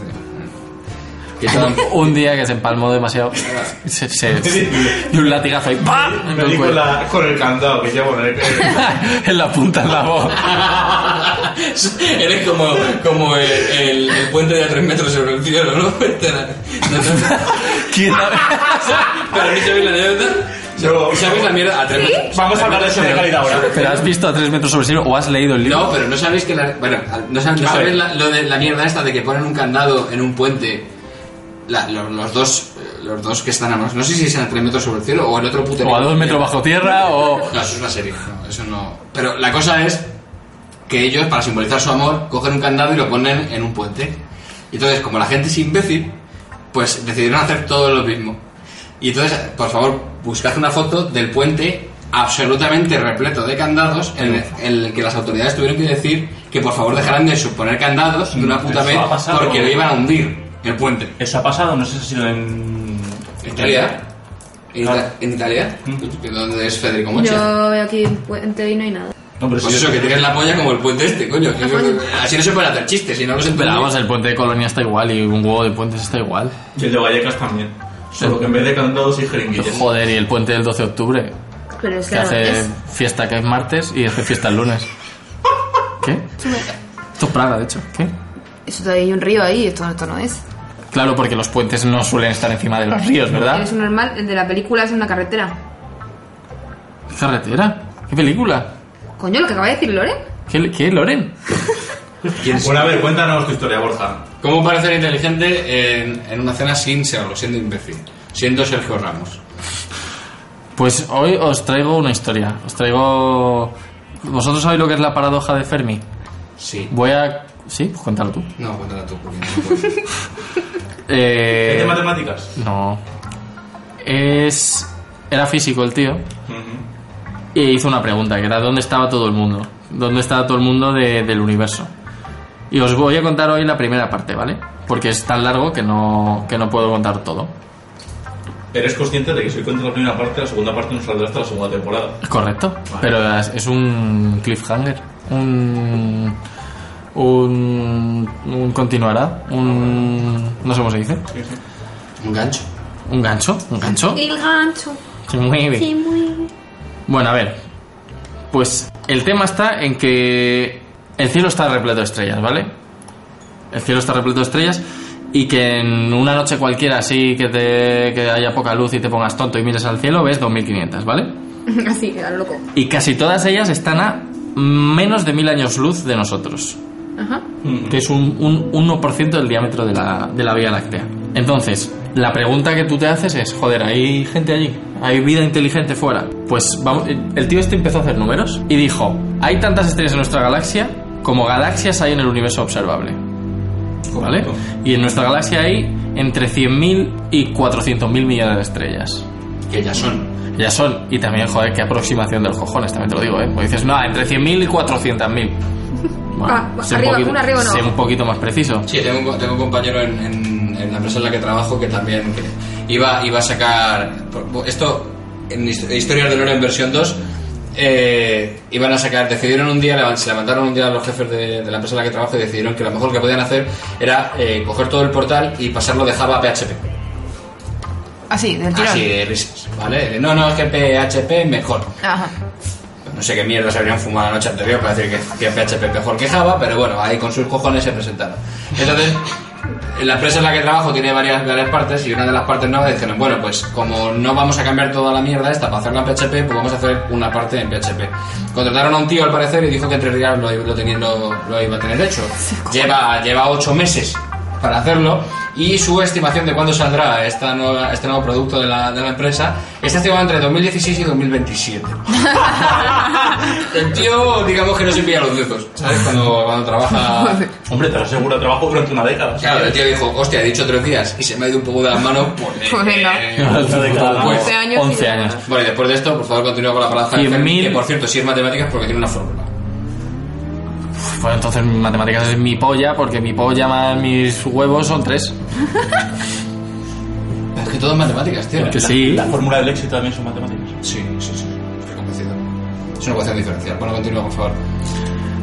A: Que son-
B: Un día que se empalmó demasiado... Se, se- se- y un latigazo ahí... ¡Pam! En
D: Me
B: el,
D: di con,
B: cuello.
D: la- con el candado, que ya bueno, eh, que-
B: en la punta de la voz.
A: Eres como, como el, el- el puente de a tres metros sobre el cielo, ¿no? Te la- no te-
B: ¿Quién ha-
A: Pero ni sabéis la anécdota.
D: Yo-
A: ¿Sabéis la mierda? A tres metros.
D: Vamos a hablar de eso de calidad ahora.
B: ¿Pero has visto a tres metros sobre cero o has leído el libro?
A: No, pero no sabéis que la. Bueno, no sab- no sabéis,
D: A ver.
A: la, lo de la mierda esta de que ponen un candado en un puente. La- lo- los dos. eh, Los dos que están a más. No sé si es a tres metros sobre el cielo o el otro puto.
B: O a dos metros bajo tierra o...
A: No, eso es una serie. No, eso no. Pero la cosa es que ellos, para simbolizar su amor, cogen un candado y lo ponen en un puente. Y entonces, como la gente es imbécil, pues decidieron hacer todo lo mismo. Y entonces, por favor, buscad una foto del puente absolutamente repleto de candados en el, en el que las autoridades tuvieron que decir que por favor dejaran de suponer candados de una puta
D: Mm, Eso
A: vez
D: ha pasado.
A: porque lo iban a hundir el puente.
D: Eso ha pasado, no sé si ha sido en.
A: ¿En Italia? ¿En,
D: Claro.
A: Ita- en Italia?
D: Mm.
A: ¿Dónde es Federico Mocha?
J: Yo veo aquí un puente y no hay nada.
D: No, pero
A: Pues
D: sí-
A: eso, que tienes la polla como el puente este, coño.
J: La polla.
A: Así no se pueden hacer chistes, si no los
B: Pero vamos,
A: enteramos.
B: el puente de Colonia está igual y un huevo de puentes está igual.
I: Y el de Vallecas también. Solo que en vez de candados y jeringuillas.
B: Joder, y el puente del 12 de octubre,
J: Pero es
B: que
J: que claro,
B: hace
J: es-
B: fiesta que es martes y hace fiesta el lunes. ¿Qué? Esto es Praga, de hecho. ¿Qué?
C: Eso todavía hay un río ahí, esto, esto no es.
B: Claro, porque los puentes no suelen estar encima de los ríos, ¿verdad?
C: Es normal, el de la película es una carretera.
B: ¿Carretera? ¿Qué película?
C: Coño, lo que acaba de decir Loren.
B: ¿Qué, qué Loren?
I: Bueno, a ver, cuéntanos tu historia, Borja.
A: ¿Cómo parecer inteligente en, en una cena sin serlo, siendo imbécil? Siendo Sergio Ramos.
B: Pues hoy os traigo una historia. Os traigo... ¿Vosotros sabéis lo que es la paradoja de Fermi?
A: Sí.
B: Voy a... Sí, pues cuéntalo tú.
A: No, cuéntala tú, porque no puedo.
B: Eh...
I: ¿Es de matemáticas?
B: No. Es. Era físico el tío. Y hizo una pregunta, que era ¿dónde estaba todo el mundo? ¿Dónde estaba todo el mundo de- del universo? Y os voy a contar hoy la primera parte, ¿vale? Porque es tan largo que no, que no puedo contar todo.
I: ¿Eres consciente de que si hoy cuento la primera parte, la segunda parte no saldrá hasta la segunda temporada?
B: Es correcto, pero es, es un cliffhanger. Un. Un. Un continuará. Un. No sé cómo se dice.
A: Un gancho.
B: Un gancho. Un gancho.
J: El gancho.
B: Se mueve.
J: Sí, muy.
B: Bueno, a ver. Pues el tema está en que el cielo está repleto de estrellas, ¿vale? El cielo está repleto de estrellas y que en una noche cualquiera así que, te, que haya poca luz y te pongas tonto y mires al cielo, ves 2500, ¿vale?
J: Así, queda loco.
B: Y casi todas ellas están a menos de mil años luz de nosotros,
J: Ajá.
B: que es un, un 1% del diámetro de la, de la Vía Láctea. Entonces, la pregunta que tú te haces es, joder, ¿hay gente allí? ¿Hay vida inteligente fuera? Pues vamos, el tío este empezó a hacer números y dijo, hay tantas estrellas en nuestra galaxia como galaxias hay en el universo observable. ¿Vale? Y en nuestra galaxia hay entre 100.000 y 400.000 millones de estrellas.
A: Que ya son.
B: Ya son. Y también, joder, qué aproximación de los cojones, también te lo digo, ¿eh? Pues dices, no, entre 100.000 y 400.000. Bueno,
J: Ah,
B: sé
J: arriba,
B: un poquito,
J: un arriba no.
B: sé un poquito más preciso.
A: Sí, tengo, un co- tengo un compañero en, en- en la empresa en la que trabajo que también que iba, iba a sacar. por- Esto, en his- Historias de Honor en versión 2, eh, iban a sacar. Decidieron un día, levan- se levantaron un día los jefes de, de la empresa en la que trabajo y decidieron que lo mejor que podían hacer era eh, coger todo el portal y pasarlo de Java a PHP.
C: Así, del tirón.
A: Así de risas, ¿vale? De, No, no, es que PHP mejor.
C: Ajá.
A: Pues No sé qué mierda se habrían fumado la noche anterior para decir que, que PHP mejor que Java, pero bueno, ahí con sus cojones se presentaron. Entonces, la empresa en la que trabajo tiene varias, varias partes y una de las partes nuevas dijeron, bueno, pues como no vamos a cambiar toda la mierda esta para hacerla en PHP, pues vamos a hacer una parte en PHP. Contrataron a un tío al parecer y dijo que en tres días lo, lo tenía- lo- lo iba a tener hecho. Lleva, lleva ocho meses para hacerlo y su estimación de cuándo saldrá esta nueva- este nuevo producto de la, de la empresa está estimado entre 2016 y 2027. El tío, digamos que no se pilla los dedos, ¿sabes? Cuando, cuando trabaja.
I: Hombre, te lo asegura trabajo durante una década.
A: Claro, el tío dijo, hostia, he dicho tres días y se me ha ido un poco de las manos. Pues,
C: Pues venga.
I: Una década.
A: Pues,
C: 11 años.
B: 11 años.
A: Bueno, y después de esto, por favor, continúa con la palabra.
B: Cien
A: Fermi,
B: mil.
A: Que por cierto, si es matemáticas porque tiene una fórmula.
B: Uf, Bueno, Pues entonces mi matemáticas es mi polla, porque mi polla más mis huevos son tres.
A: Es que todo es matemáticas, tío.
B: Que sí.
I: La fórmula del éxito también son matemáticas.
A: Sí, sí, sí. Estoy convencido. Es una ecuación diferencial. Bueno, continúa, por favor.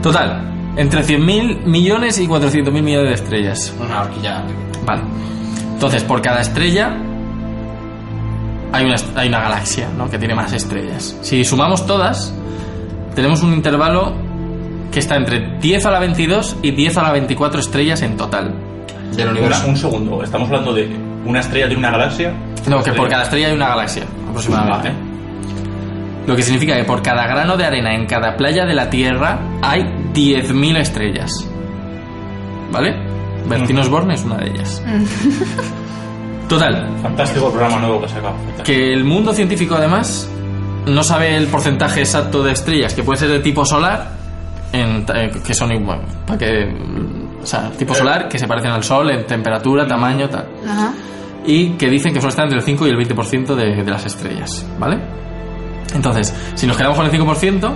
B: Total, entre 100.000 millones y 400.000 millones de estrellas.
A: Una horquilla.
B: Vale. Entonces, por cada estrella hay una, hay una galaxia, ¿no? Que tiene más estrellas. Si sumamos todas, tenemos un intervalo que está entre 10 a la 22 y 10 a la 24 estrellas en total.
A: Del
I: Una-
A: universo.
I: un segundo, estamos hablando de una estrella tiene una galaxia. ¿Eh?
B: No, que por cada estrella hay una galaxia, aproximadamente.
I: Vale.
B: Lo que significa que por cada grano de arena en cada playa de la Tierra hay 10.000 estrellas. ¿Vale? Bertinos Borne es una de ellas. Total,
I: Fantástico programa nuevo que se acaba.
B: que el mundo científico además no sabe el porcentaje exacto de estrellas que puede ser de tipo solar en ta- eh, que son igual para que o sea tipo solar que se parecen al sol en temperatura tamaño tal
C: Ajá.
B: y que dicen que solo está entre el 5 y el 20% de, de las estrellas, ¿vale? Entonces, si nos quedamos con el 5%,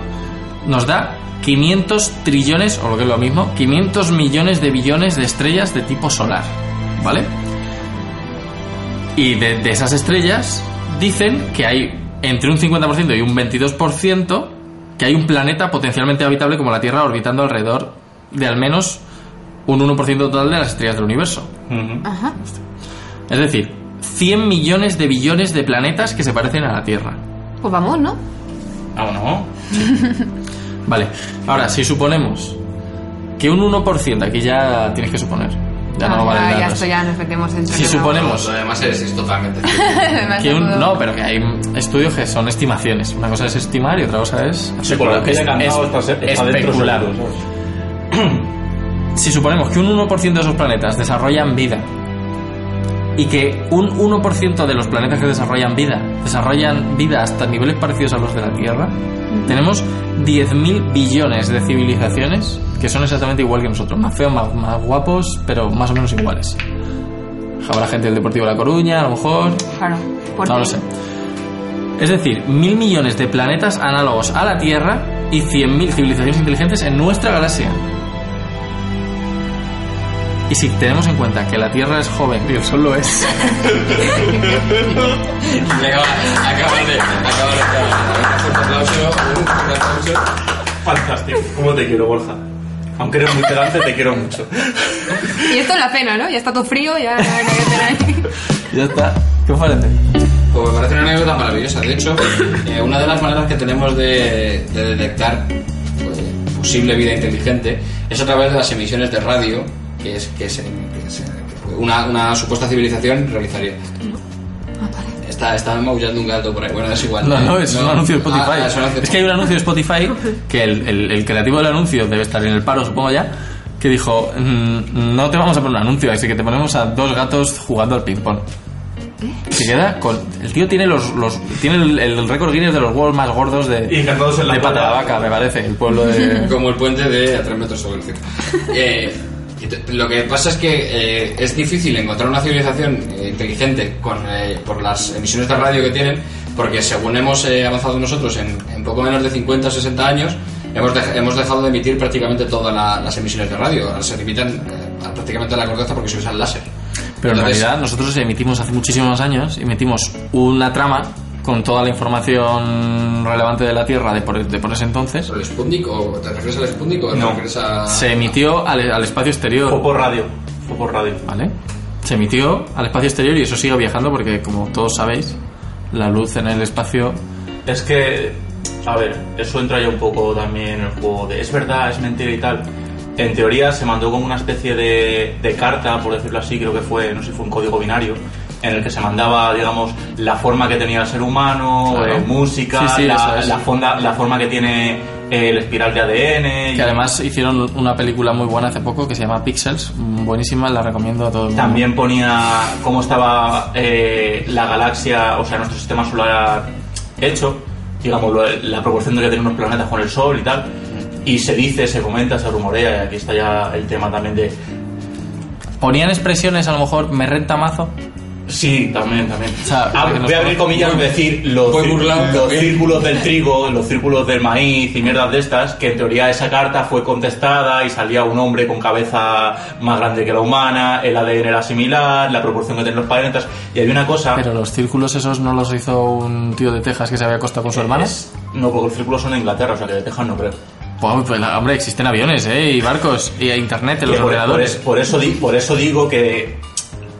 B: nos da 500 trillones, o lo que es lo mismo, 500 millones de billones de estrellas de tipo solar, ¿vale? Y de, de esas estrellas dicen que hay entre un 50% y un 22% que hay un planeta potencialmente habitable como la Tierra orbitando alrededor de al menos un 1% total de las estrellas del universo. Ah,
C: Ajá.
B: Es decir, 100 millones de billones de planetas que se parecen a la Tierra.
C: Pues vamos, ¿no?
B: Ah, bueno. vale, ahora si suponemos que un 1%, aquí ya tienes que suponer, ya
C: Ah,
B: no valen
C: ya, ya
B: datos.
C: esto ya nos metemos en
B: Si suponemos
A: Además, es, es totalmente. cierto.
B: que un, no, pero que hay estudios que son estimaciones. Una cosa es estimar y otra cosa es
D: Sí, por lo que haya cantado
B: es-
D: está, está dentro
B: especular.
D: seguro, ¿sabes?
B: Si suponemos que un 1% de esos planetas desarrollan vida y que un 1% de los planetas que desarrollan vida desarrollan vida hasta niveles parecidos a los de la Tierra, tenemos 10.000 billones de civilizaciones que son exactamente igual que nosotros, más feos, más, más guapos, pero más o menos iguales. Habrá gente del Deportivo de La Coruña, a lo mejor,
C: Claro. por
B: no
C: ti.
B: lo sé. Es decir, mil millones de planetas análogos a la Tierra y 100.000 civilizaciones inteligentes en nuestra galaxia. Y si tenemos en cuenta que la Tierra es joven, y el Sol lo es.
A: Venga, va, acabas de. Acabas de. Un fuerte aplauso. Un fuerte aplauso.
D: Fantástico. ¿Cómo te quiero, Borja? Aunque eres muy pedante, te quiero mucho.
C: Y esto en la cena, ¿no? Ya está todo frío, ya no hay nada que hacer ahí.
B: ya está. ¿Qué os parece?
A: Pues me parece una anécdota maravillosa. De hecho, eh, una de las maneras que tenemos de, de detectar pues, posible vida inteligente es a través de las emisiones de radio que, es, que, se- que se- que una, una supuesta civilización realizaría. Está, está maullando un gato por ahí. Bueno, es igual.
B: No, no, es un anuncio de Spotify.
A: Ah, ah, es un anuncio.
B: Es que hay un anuncio de Spotify que el, el- el creativo del anuncio debe estar en el paro, supongo ya, que dijo, "Mm, no te vamos a poner un anuncio, así que te ponemos a dos gatos jugando al ping-pong. Se queda con... El tío tiene los, los tiene el, el récord Guinness de los huevos más gordos de...
D: Y encantados en la
B: de pata de
D: cola.
B: vaca, me parece, el pueblo de...
A: como el puente de a 3 metros sobre el cielo. Eh, y te- lo que pasa es que eh, es difícil encontrar una civilización eh, inteligente con, eh, por las emisiones de radio que tienen, porque según hemos eh, avanzado nosotros en, en poco menos de 50 o 60 años, hemos, dej- hemos dejado de emitir prácticamente todas la- las emisiones de radio. Ahora Se limitan eh, a prácticamente a la corteza porque se usa el láser.
B: Pero en
A: Entonces,
B: realidad nosotros emitimos hace muchísimos años, emitimos una trama con toda la información relevante de la Tierra de por, de por ese entonces.
A: ¿El Sputnik? ¿O te refieres al Sputnik? ¿O te
D: No.
A: refieres a.?
B: Se emitió al, al espacio exterior.
D: Fue por radio. Fue por radio.
B: ¿vale? Se emitió al espacio exterior y eso sigue viajando porque, como todos sabéis, la luz en el espacio...
D: Es que, a ver, eso entra ya un poco también en el juego de es verdad, es mentira y tal. En teoría se mandó como una especie de, de carta, por decirlo así, creo que fue, no sé si fue un código binario, en el que se mandaba, digamos, la forma que tenía el ser humano,
B: Claro.
D: eh, música,
B: Sí, sí, eso
D: la,
B: es.
D: la fonda- la forma que tiene eh, el espiral de ADN. y-
B: Que además hicieron una película muy buena hace poco que se llama Pixels, mm, buenísima, la recomiendo a todo el mundo.
D: También ponía cómo estaba eh, la galaxia, o sea, nuestro sistema solar hecho, digamos, lo- la proporción de que tenemos planetas con el Sol y tal. Y se dice, se comenta, se rumorea, y aquí está ya el tema también de...
B: Ponían expresiones, a lo mejor, me renta mazo.
D: Sí, también, también.
B: O sea,
D: Ah,
B: porque
D: voy a abrir
B: nosotros-
D: comillas y voy a decir los,
A: Fue
D: cir-
A: burlado
D: los
A: también.
D: círculos del trigo, los círculos del maíz y mierdas de estas, que en teoría esa carta fue contestada y salía un hombre con cabeza más grande que la humana, el ADN era similar, la proporción que tenían los planetas, y había una cosa...
B: Pero los círculos esos no los hizo un tío de Texas que se había acostado con su hermana.
D: Es- No, porque los círculos son de Inglaterra, o sea que de Texas no creo.
B: Pues, pues, la- hombre, existen aviones, ¿eh? Y barcos, y internet, en los
D: Que por, por es-
B: ordenadores.
D: por eso di- por eso digo que,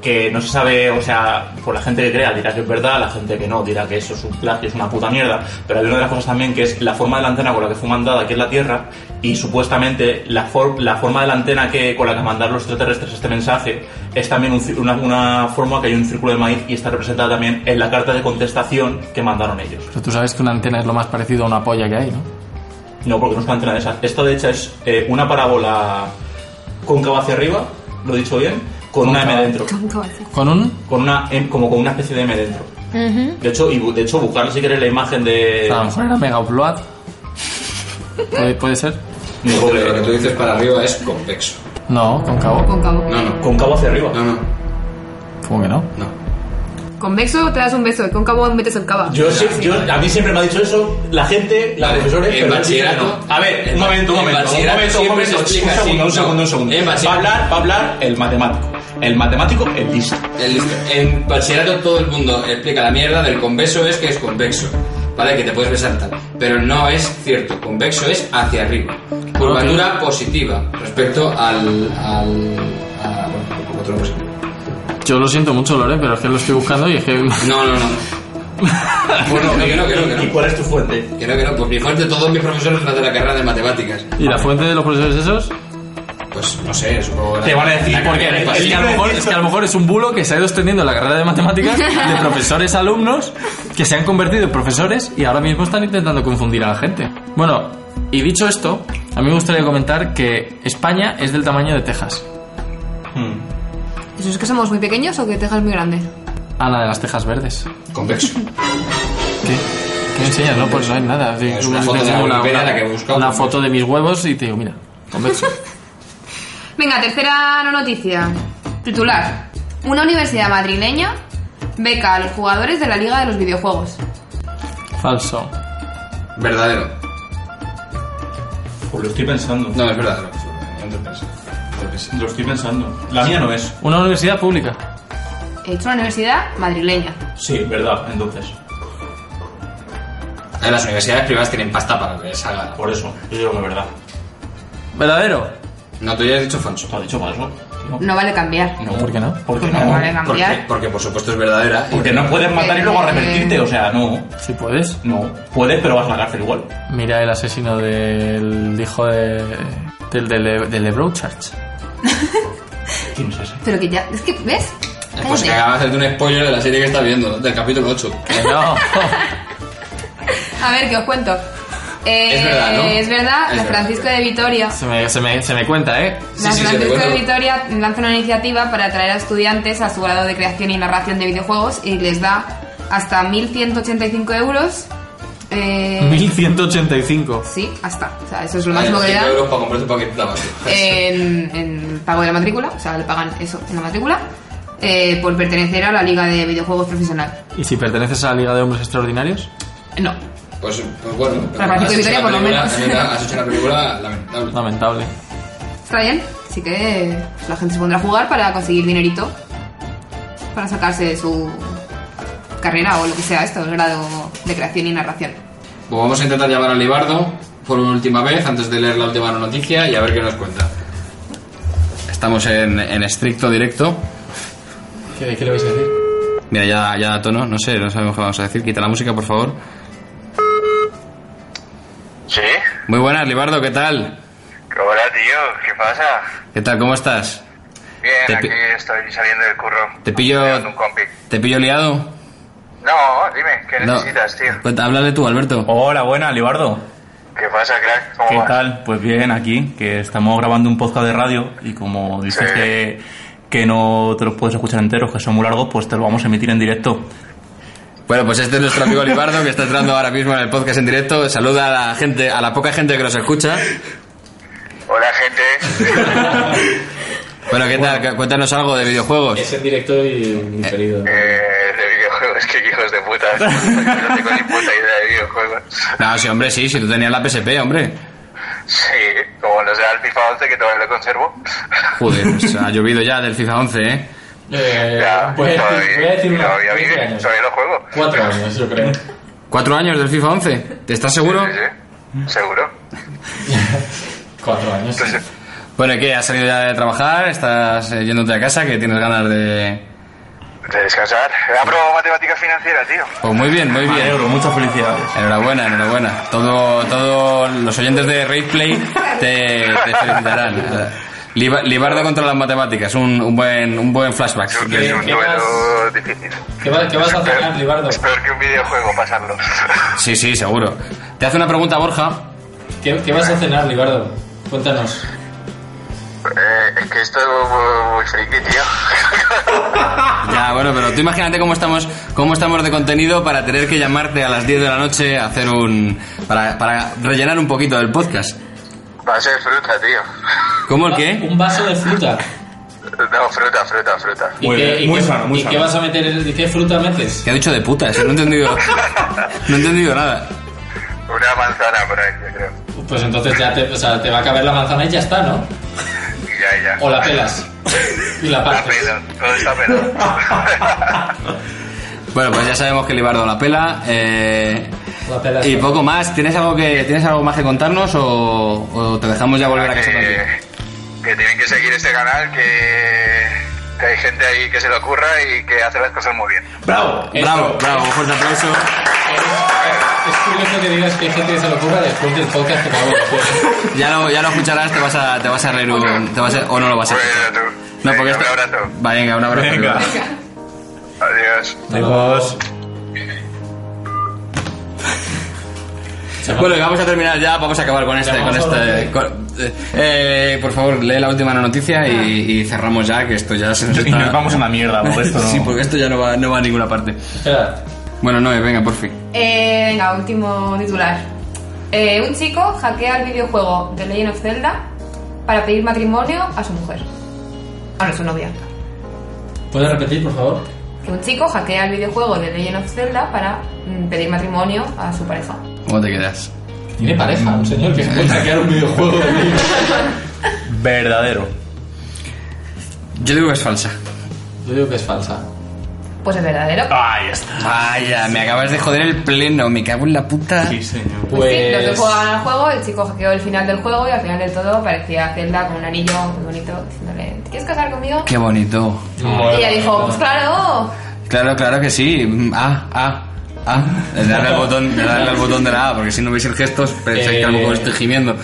D: que no se sabe, o sea, por la gente que crea dirá que es verdad, la gente que no dirá que eso es un plagio, es una puta mierda. Pero hay una de las cosas también que es la forma de la antena con la que fue mandada, que es la Tierra, y supuestamente la, for- la forma de la antena que, con la que mandaron los extraterrestres este mensaje es también un ci- una, una forma que hay un círculo de maíz y está representada también en la carta de contestación que mandaron ellos.
B: Pero tú sabes que una antena es lo más parecido a una polla que hay, ¿no?
D: No, porque no es una antena de esas. Esto de hecho es eh, una parábola cóncava hacia arriba, lo he dicho bien, con una M
B: Cóncava.
D: dentro.
B: Con un...
D: Con una M- como con una especie de M dentro. De hecho, y bu- de hecho buscar si queréis la imagen de.
B: A lo mejor era Mega Upload. ¿Puede, puede ser?
D: No,
A: Pero lo que tú
D: porque-
A: dices para arriba es convexo.
B: No, con cabo.
C: Con cabo.
D: eh,
A: No, no.
D: Cóncavo hacia arriba.
A: No, no.
B: ¿Cómo que no?
A: No.
C: Convexo te das un beso y cóncavo metes el cava.
D: Yo, sí- yo- a mí siempre me ha dicho eso la gente, los
A: Vale, en
D: profesores, pero es
A: bachillerato-
D: diferente. A ver, un
A: en-
D: momento, un
A: en
D: momento, un
A: bachillerato siempre
D: momento, un
A: se
D: momento, un
A: explica así,
D: segundo, un
A: ¿no?
D: segundo, un segundo.
A: En
D: Va a
A: bachillerato-
D: hablar, va a hablar el matemático. El matemático, el listo.
A: El- en bachillerato todo el mundo explica la mierda del convexo es que es convexo, ¿vale? Que te puedes besar tal. Pero no es cierto, convexo es hacia arriba. Curvatura positiva respecto al... al a, bueno, como te lo puse.
B: Yo lo siento mucho, Lore, pero es que lo estoy buscando y es que...
A: No, no, no. Bueno, que no, que no, que
D: ¿Y
A: no.
D: cuál es tu fuente?
A: Que no, que no. Pues mi fuente, todos mis profesores eran de la carrera de matemáticas.
B: ¿Y la fuente de los profesores esos?
A: Pues no sé, supongo...
D: Te van a decir,
A: por
D: porque
A: qué.
B: Es que, a lo mejor, es que a lo mejor es un bulo que se ha ido extendiendo la carrera de matemáticas de profesores a alumnos que se han convertido en profesores y ahora mismo están intentando confundir a la gente. Bueno, y dicho esto, a mí me gustaría comentar que España es del tamaño de Texas.
C: ¿Eso es que somos muy pequeños o que Texas es muy grande?
B: Ana de las Tejas Verdes.
A: Convexo.
B: ¿Qué? ¿Qué enseñas? No, pues no hay nada. Sí,
A: Es una
B: te
A: foto de
B: enseño
A: la
B: una,
A: Wikipedia la que he buscado.
B: una foto de mis huevos y te digo, mira, converso.
C: Venga, tercera no noticia. Titular. Una universidad madrileña beca a los jugadores de la Liga de los Videojuegos.
B: Falso.
A: Verdadero.
D: Pues lo estoy pensando.
A: No, es verdadero. No te penses. No te penses.
D: Lo estoy pensando. La mía no es.
B: Una universidad pública.
C: He dicho una universidad madrileña.
D: Sí, verdad, entonces.
A: A ver, Las universidades privadas tienen pasta para que salga.
D: Por eso, yo digo que es verdad.
B: ¿Verdadero?
A: No, tú ya has dicho falso.
D: ¿Te ha dicho falso? No.
C: No vale cambiar.
D: No,
B: ¿Por qué no?
D: Porque
C: No vale
D: no.
A: Porque,
C: cambiar.
A: porque por supuesto es verdadera. y-
D: Porque no puedes matar y luego arrepentirte, o sea, no.
B: Si puedes.
D: No. Puedes, pero vas a la cárcel igual.
B: Mira el asesino del hijo de, del de, Le- de LeBron Charles.
D: ¿Quién es ese?
C: Pero que ya. Es que, ¿ves?
A: Pues que
C: Cállate.
A: acabas de hacerte un spoiler de la serie que estás viendo, del capítulo 8.
B: Que No.
C: A ver, que os cuento. Eh,
A: Es verdad, ¿no?
C: Es verdad,
A: Es
C: la
A: verdad.
C: Francisca de Vitoria.
B: se, me, se, me, se me cuenta, ¿eh?
C: la
A: sí, sí,
C: Francisco
A: te cuento.
C: de Vitoria lanza una iniciativa para atraer a estudiantes a su grado de creación y narración de videojuegos y les da hasta 1.185 euros. Eh,
B: 1185.
C: Sí, hasta. O sea, eso es lo Eh,
A: Hay
C: máximo que le
A: 5
C: dan
A: euros para comprar tu paquete de tabaco.
C: en, en el pago de la matrícula. O sea, le pagan eso en la matrícula eh, por pertenecer a la Liga de Videojuegos Profesional.
B: ¿Y si perteneces a la Liga de Hombres Extraordinarios?
C: No.
A: Pues, pues bueno. pero
C: Para Francisco
A: has
C: de
A: hecho
C: Vitoria,
A: una
C: por lo
A: película-
C: menos.
A: mira, Has hecho una película lamentable.
B: Lamentable.
C: Está bien. Así que pues, la gente se pondrá a jugar para conseguir dinerito. Para sacarse de su carrera o lo que sea esto, el grado de creación y narración.
A: Pues vamos a intentar llamar a Libardo por última vez antes de leer la última noticia y a ver qué nos cuenta. Estamos en, en estricto directo.
B: ¿Qué, le vais a decir?
A: Mira, ya, ya tono, no sé, no sabemos qué vamos a decir. Quita la música, por favor.
H: ¿Sí?
A: Muy buenas, Libardo, ¿qué tal?
H: Hola, tío, ¿qué pasa?
A: ¿Qué tal? ¿Cómo estás?
H: Bien,
A: Te pi-
H: aquí estoy saliendo del curro.
A: Te pillo-
H: Estoy dando Un compi.
A: ¿Te pillo liado?
H: No, dime, ¿qué
A: No.
H: necesitas, tío?
A: Cuenta, Háblale tú, Alberto.
D: Hola, buena, Libardo.
H: ¿Qué pasa, crack? ¿Cómo
D: ¿Qué
H: vas?
D: tal? Pues bien, aquí, que estamos grabando un podcast de radio y como dices
H: Sí.
D: que, que no te los puedes escuchar enteros, que son muy largos, pues te lo vamos a emitir en directo.
A: Bueno, pues este es nuestro amigo Libardo que está entrando ahora mismo en el podcast en directo. Saluda a la gente, a la poca gente que nos escucha.
H: Hola, gente.
A: Bueno, ¿qué tal? Cuéntanos algo de videojuegos.
E: en directo y diferido.
H: eh, de videojuegos, que hijos de puta. No tengo ni puta idea de videojuegos.
A: No, sí, hombre, sí, si tú tenías la PSP, hombre.
H: Sí, como los de al FIFA 11 que todavía lo conservo.
A: Joder, pues ha llovido ya del FIFA 11, ¿eh?
H: ah, ya,
E: voy, a
H: todavía,
E: decir, voy a decir una-
H: todavía
E: veinte
H: vive,
E: años.
H: todavía lo juego.
E: Cuatro años, yo creo.
A: ¿Cuatro años del FIFA 11? ¿Te estás seguro?
H: Sí, sí, seguro.
E: Cuatro años. sí.
H: Entonces,
A: Bueno, ¿qué? ¿Has salido ya de trabajar? ¿Estás eh, yéndote a casa? ¿Que tienes ganas de...?
H: de descansar. He aprobado matemáticas financieras, tío.
A: Pues muy bien, muy
D: Me
A: bien.
D: alegro, muchas felicidades.
A: Enhorabuena, enhorabuena. Todo, todos los oyentes de Raid Play te, te felicitarán. Liba- Libardo contra las matemáticas, un, un buen, un buen flashback.
H: Es un, es un
E: ¿qué
H: duelo difícil.
E: ¿Qué, va- qué vas a cenar, Libardo?
H: Es peor que un videojuego pasarlo.
A: Sí, sí, seguro. Te hace una pregunta Borja.
E: ¿Qué, qué vas a cenar, Libardo? Cuéntanos.
H: Eh, es que esto es muy, muy friki, tío.
A: Ya, bueno, pero tú imagínate cómo estamos, cómo estamos de contenido para tener que llamarte a las 10 de la noche a hacer un... para, para rellenar un poquito del podcast.
H: Va a ser fruta, tío.
A: ¿Cómo el
E: Va-
A: qué?
E: Un vaso de fruta.
H: No, fruta, fruta, fruta.
E: ¿Y qué, y qué- ¿Y qué vas a meter? en- ¿Y qué fruta metes?
A: ¿Qué ha dicho de puta? Eso no he entendido. No he entendido nada.
H: Una manzana por ahí, yo creo.
E: Pues entonces ya te, o sea, te va a caber la manzana y ya está, ¿no?
H: Ya, ya.
E: O la pelas. Y la partes.
H: Todo está pelado.
A: Bueno, pues ya sabemos que Libardo la pela. eh,
E: La pelas.
A: y poco más. ¿Tienes algo que tienes algo más que contarnos o, o te dejamos ya volver a casa contigo?
H: Eh, Que tienen que seguir este canal, que, que hay gente ahí que se lo curra y que hace las cosas muy bien.
A: Bravo,
D: Eh,
A: bravo, bravo. Un fuerte aplauso.
E: Es curioso que digas que hay gente que se lo ocurra después del podcast que acabo de hacer.
A: Ya lo, ya lo escucharás, te vas a, te vas a reír un- te vas a- o no lo vas a escuchar. No, porque este- esto- Va, venga, un abrazo.
H: Venga. Adiós.
A: Adiós. Bueno, y vamos a terminar ya, vamos a acabar con este, con este. con- eh, eh, por favor, lee la última noticia y, y cerramos ya, que esto ya se nos está.
D: Ah. Y nos vamos a la mierda, porque esto no-
A: sí, porque esto ya no va, no va a ninguna parte.
E: Espera.
A: Bueno, no, venga, por fin.
C: Eh, venga, último titular. Eh, un chico hackea el videojuego de Legend of Zelda para pedir matrimonio a su mujer. Ah, no, su novia.
E: ¿Puedes repetir, por favor?
C: Que un chico hackea el videojuego de Legend of Zelda para mm, pedir matrimonio a su pareja.
A: ¿Cómo te quedas? Eh,
E: Tiene pareja, un señor que se puede saquear un videojuego.
D: Verdadero.
A: Yo digo que es falsa.
E: Yo digo que es falsa.
C: Pues es verdadero.
E: Ah,
D: Ahí está.
A: Vaya, me acabas de joder el pleno, me cago en la puta. Sí,
D: señor.
C: Pues sí, los dos jugaban al juego, el chico hackeó el final del juego y al final de todo parecía Zelda con un anillo muy bonito diciéndole, ¿te quieres casar conmigo?
A: Qué bonito.
C: y ella dijo, pues claro.
A: Claro, claro que sí. Mm, Ah, ah, ah. De darle al botón, de darle al botón de la A, porque si no veis el gesto, pensáis que a lo mejor estoy gimiendo.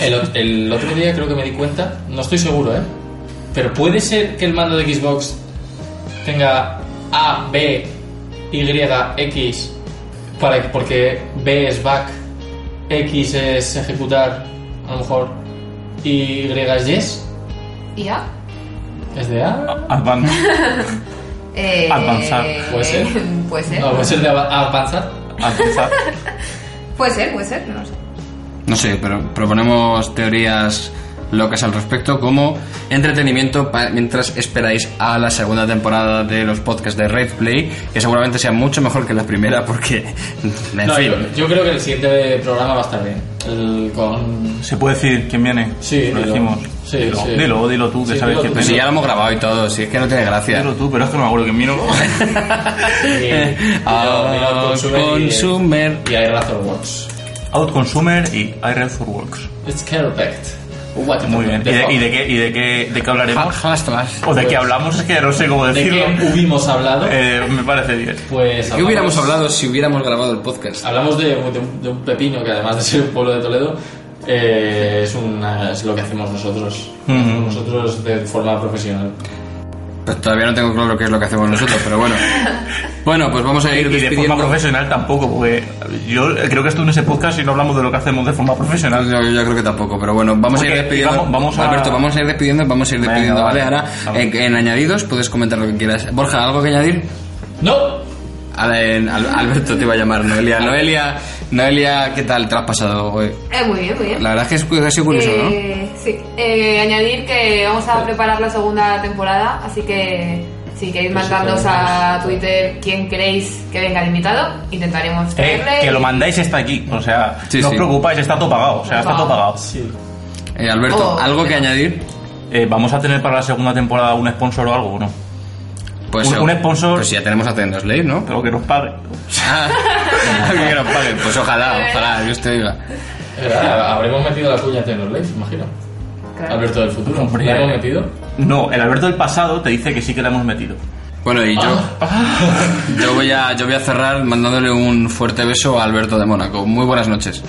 E: El, ot- el otro día creo que me di cuenta, no estoy seguro, ¿eh? Pero puede ser que el mando de Xbox tenga A, B, Y, X, para, porque B es back, X es ejecutar, a lo mejor, y es yes,
C: ¿Y ya?
E: es de A.
C: Eh,
E: Avanzar. ¿Puede ser?
C: Puede ser.
E: No, es el de av- avanzar.
D: Avanzar.
C: Puede ser, puede ser, no lo sé.
A: No sé, pero proponemos teorías locas al respecto como entretenimiento pa- mientras esperáis a la segunda temporada de los podcasts de Red Play, que seguramente sea mucho mejor que la primera porque... En
E: No,
A: fin.
E: yo, yo creo que el siguiente programa va a estar bien. El con...
D: ¿Se puede decir quién viene?
E: Sí,
D: lo
E: dilo.
D: decimos.
E: Sí,
D: dilo,
E: sí.
D: dilo, dilo tú, que
E: Sí,
D: sabes
E: dilo
D: que
E: tú.
A: Pues si ya lo hemos grabado y todo, si es que no tiene gracia.
D: Dilo tú, pero es que no me acuerdo quién vino. Eh,
A: Ah,
E: eh,
A: Consumer.
E: Y hay Razor Works.
D: Outconsumer y IRL for Works.
E: eh, It's perfect. Uh, What
D: Muy bien. ¿Y de, y de qué, y de qué, de qué hablaremos? ¿O de qué hablamos? Es que no sé cómo
E: Ah. ¿De
D: decirlo.
E: qué hubimos hablado?
D: Eh, me parece bien.
E: Pues
A: ¿Qué hubiéramos hablado si hubiéramos grabado el podcast?
E: Hablamos de, de un, de un pepino que además de ser un pueblo de Toledo eh, es, una- es lo que hacemos nosotros.
A: Ujú.
E: Nosotros de forma profesional.
A: Pues todavía no tengo claro qué es lo que hacemos nosotros, pero bueno. Bueno, pues vamos a ir
D: Y de
A: despidiendo.
D: forma profesional tampoco, porque yo creo que esto no es el podcast y no hablamos de lo que hacemos de forma profesional.
A: Yo, yo creo que tampoco, pero bueno, vamos a ir
D: Porque
A: despidiendo.
D: vamos- vamos a-
A: Alberto, vamos a ir despidiendo, vamos a ir despidiendo,
D: Venga,
A: ¿vale?
D: vale.
A: Ahora, en, en añadidos, puedes comentar lo que quieras. Borja, ¿algo que añadir?
E: ¡No!
A: A la- en- al- Alberto te iba a llamar, Noelia. Noelia, Noelia ¿qué tal te lo has pasado hoy?
C: Eh, muy bien, muy bien.
A: La verdad es que es cu- ha sido curioso, ¿no?
C: Eh, Sí, Eh, añadir que vamos a preparar la segunda temporada, así que si queréis
D: Pues
C: mandarnos a Twitter quién queréis que venga de invitado, intentaremos
D: Eh,
C: traerle.
D: que lo
C: y-
D: mandáis está aquí, o sea,
A: Sí,
D: no os
A: sí.
D: preocupáis, está todo pagado, o sea, está todo pagado.
A: Eh, Alberto,
D: Oh.
A: ¿algo que añadir?
D: Eh, ¿Vamos a tener para la segunda temporada un sponsor o algo o no?
A: Pues,
D: un, un
A: eh,
D: sponsor. Ah.
A: Pues ya tenemos a Tendos Slave, ¿no?
D: Pero que nos pague.
A: que nos paguen, pues ojalá, ojalá, Dios te diga.
E: Eh, ah, habremos metido la cuña en Taylor Lace, imagino. Alberto del futuro. ¿La hemos metido?
D: No, el Alberto del pasado te dice que sí que la hemos metido.
A: Bueno, y yo,
D: Ah.
A: yo, voy a, yo voy a cerrar mandándole un fuerte beso a Alberto de Mónaco. Muy buenas noches.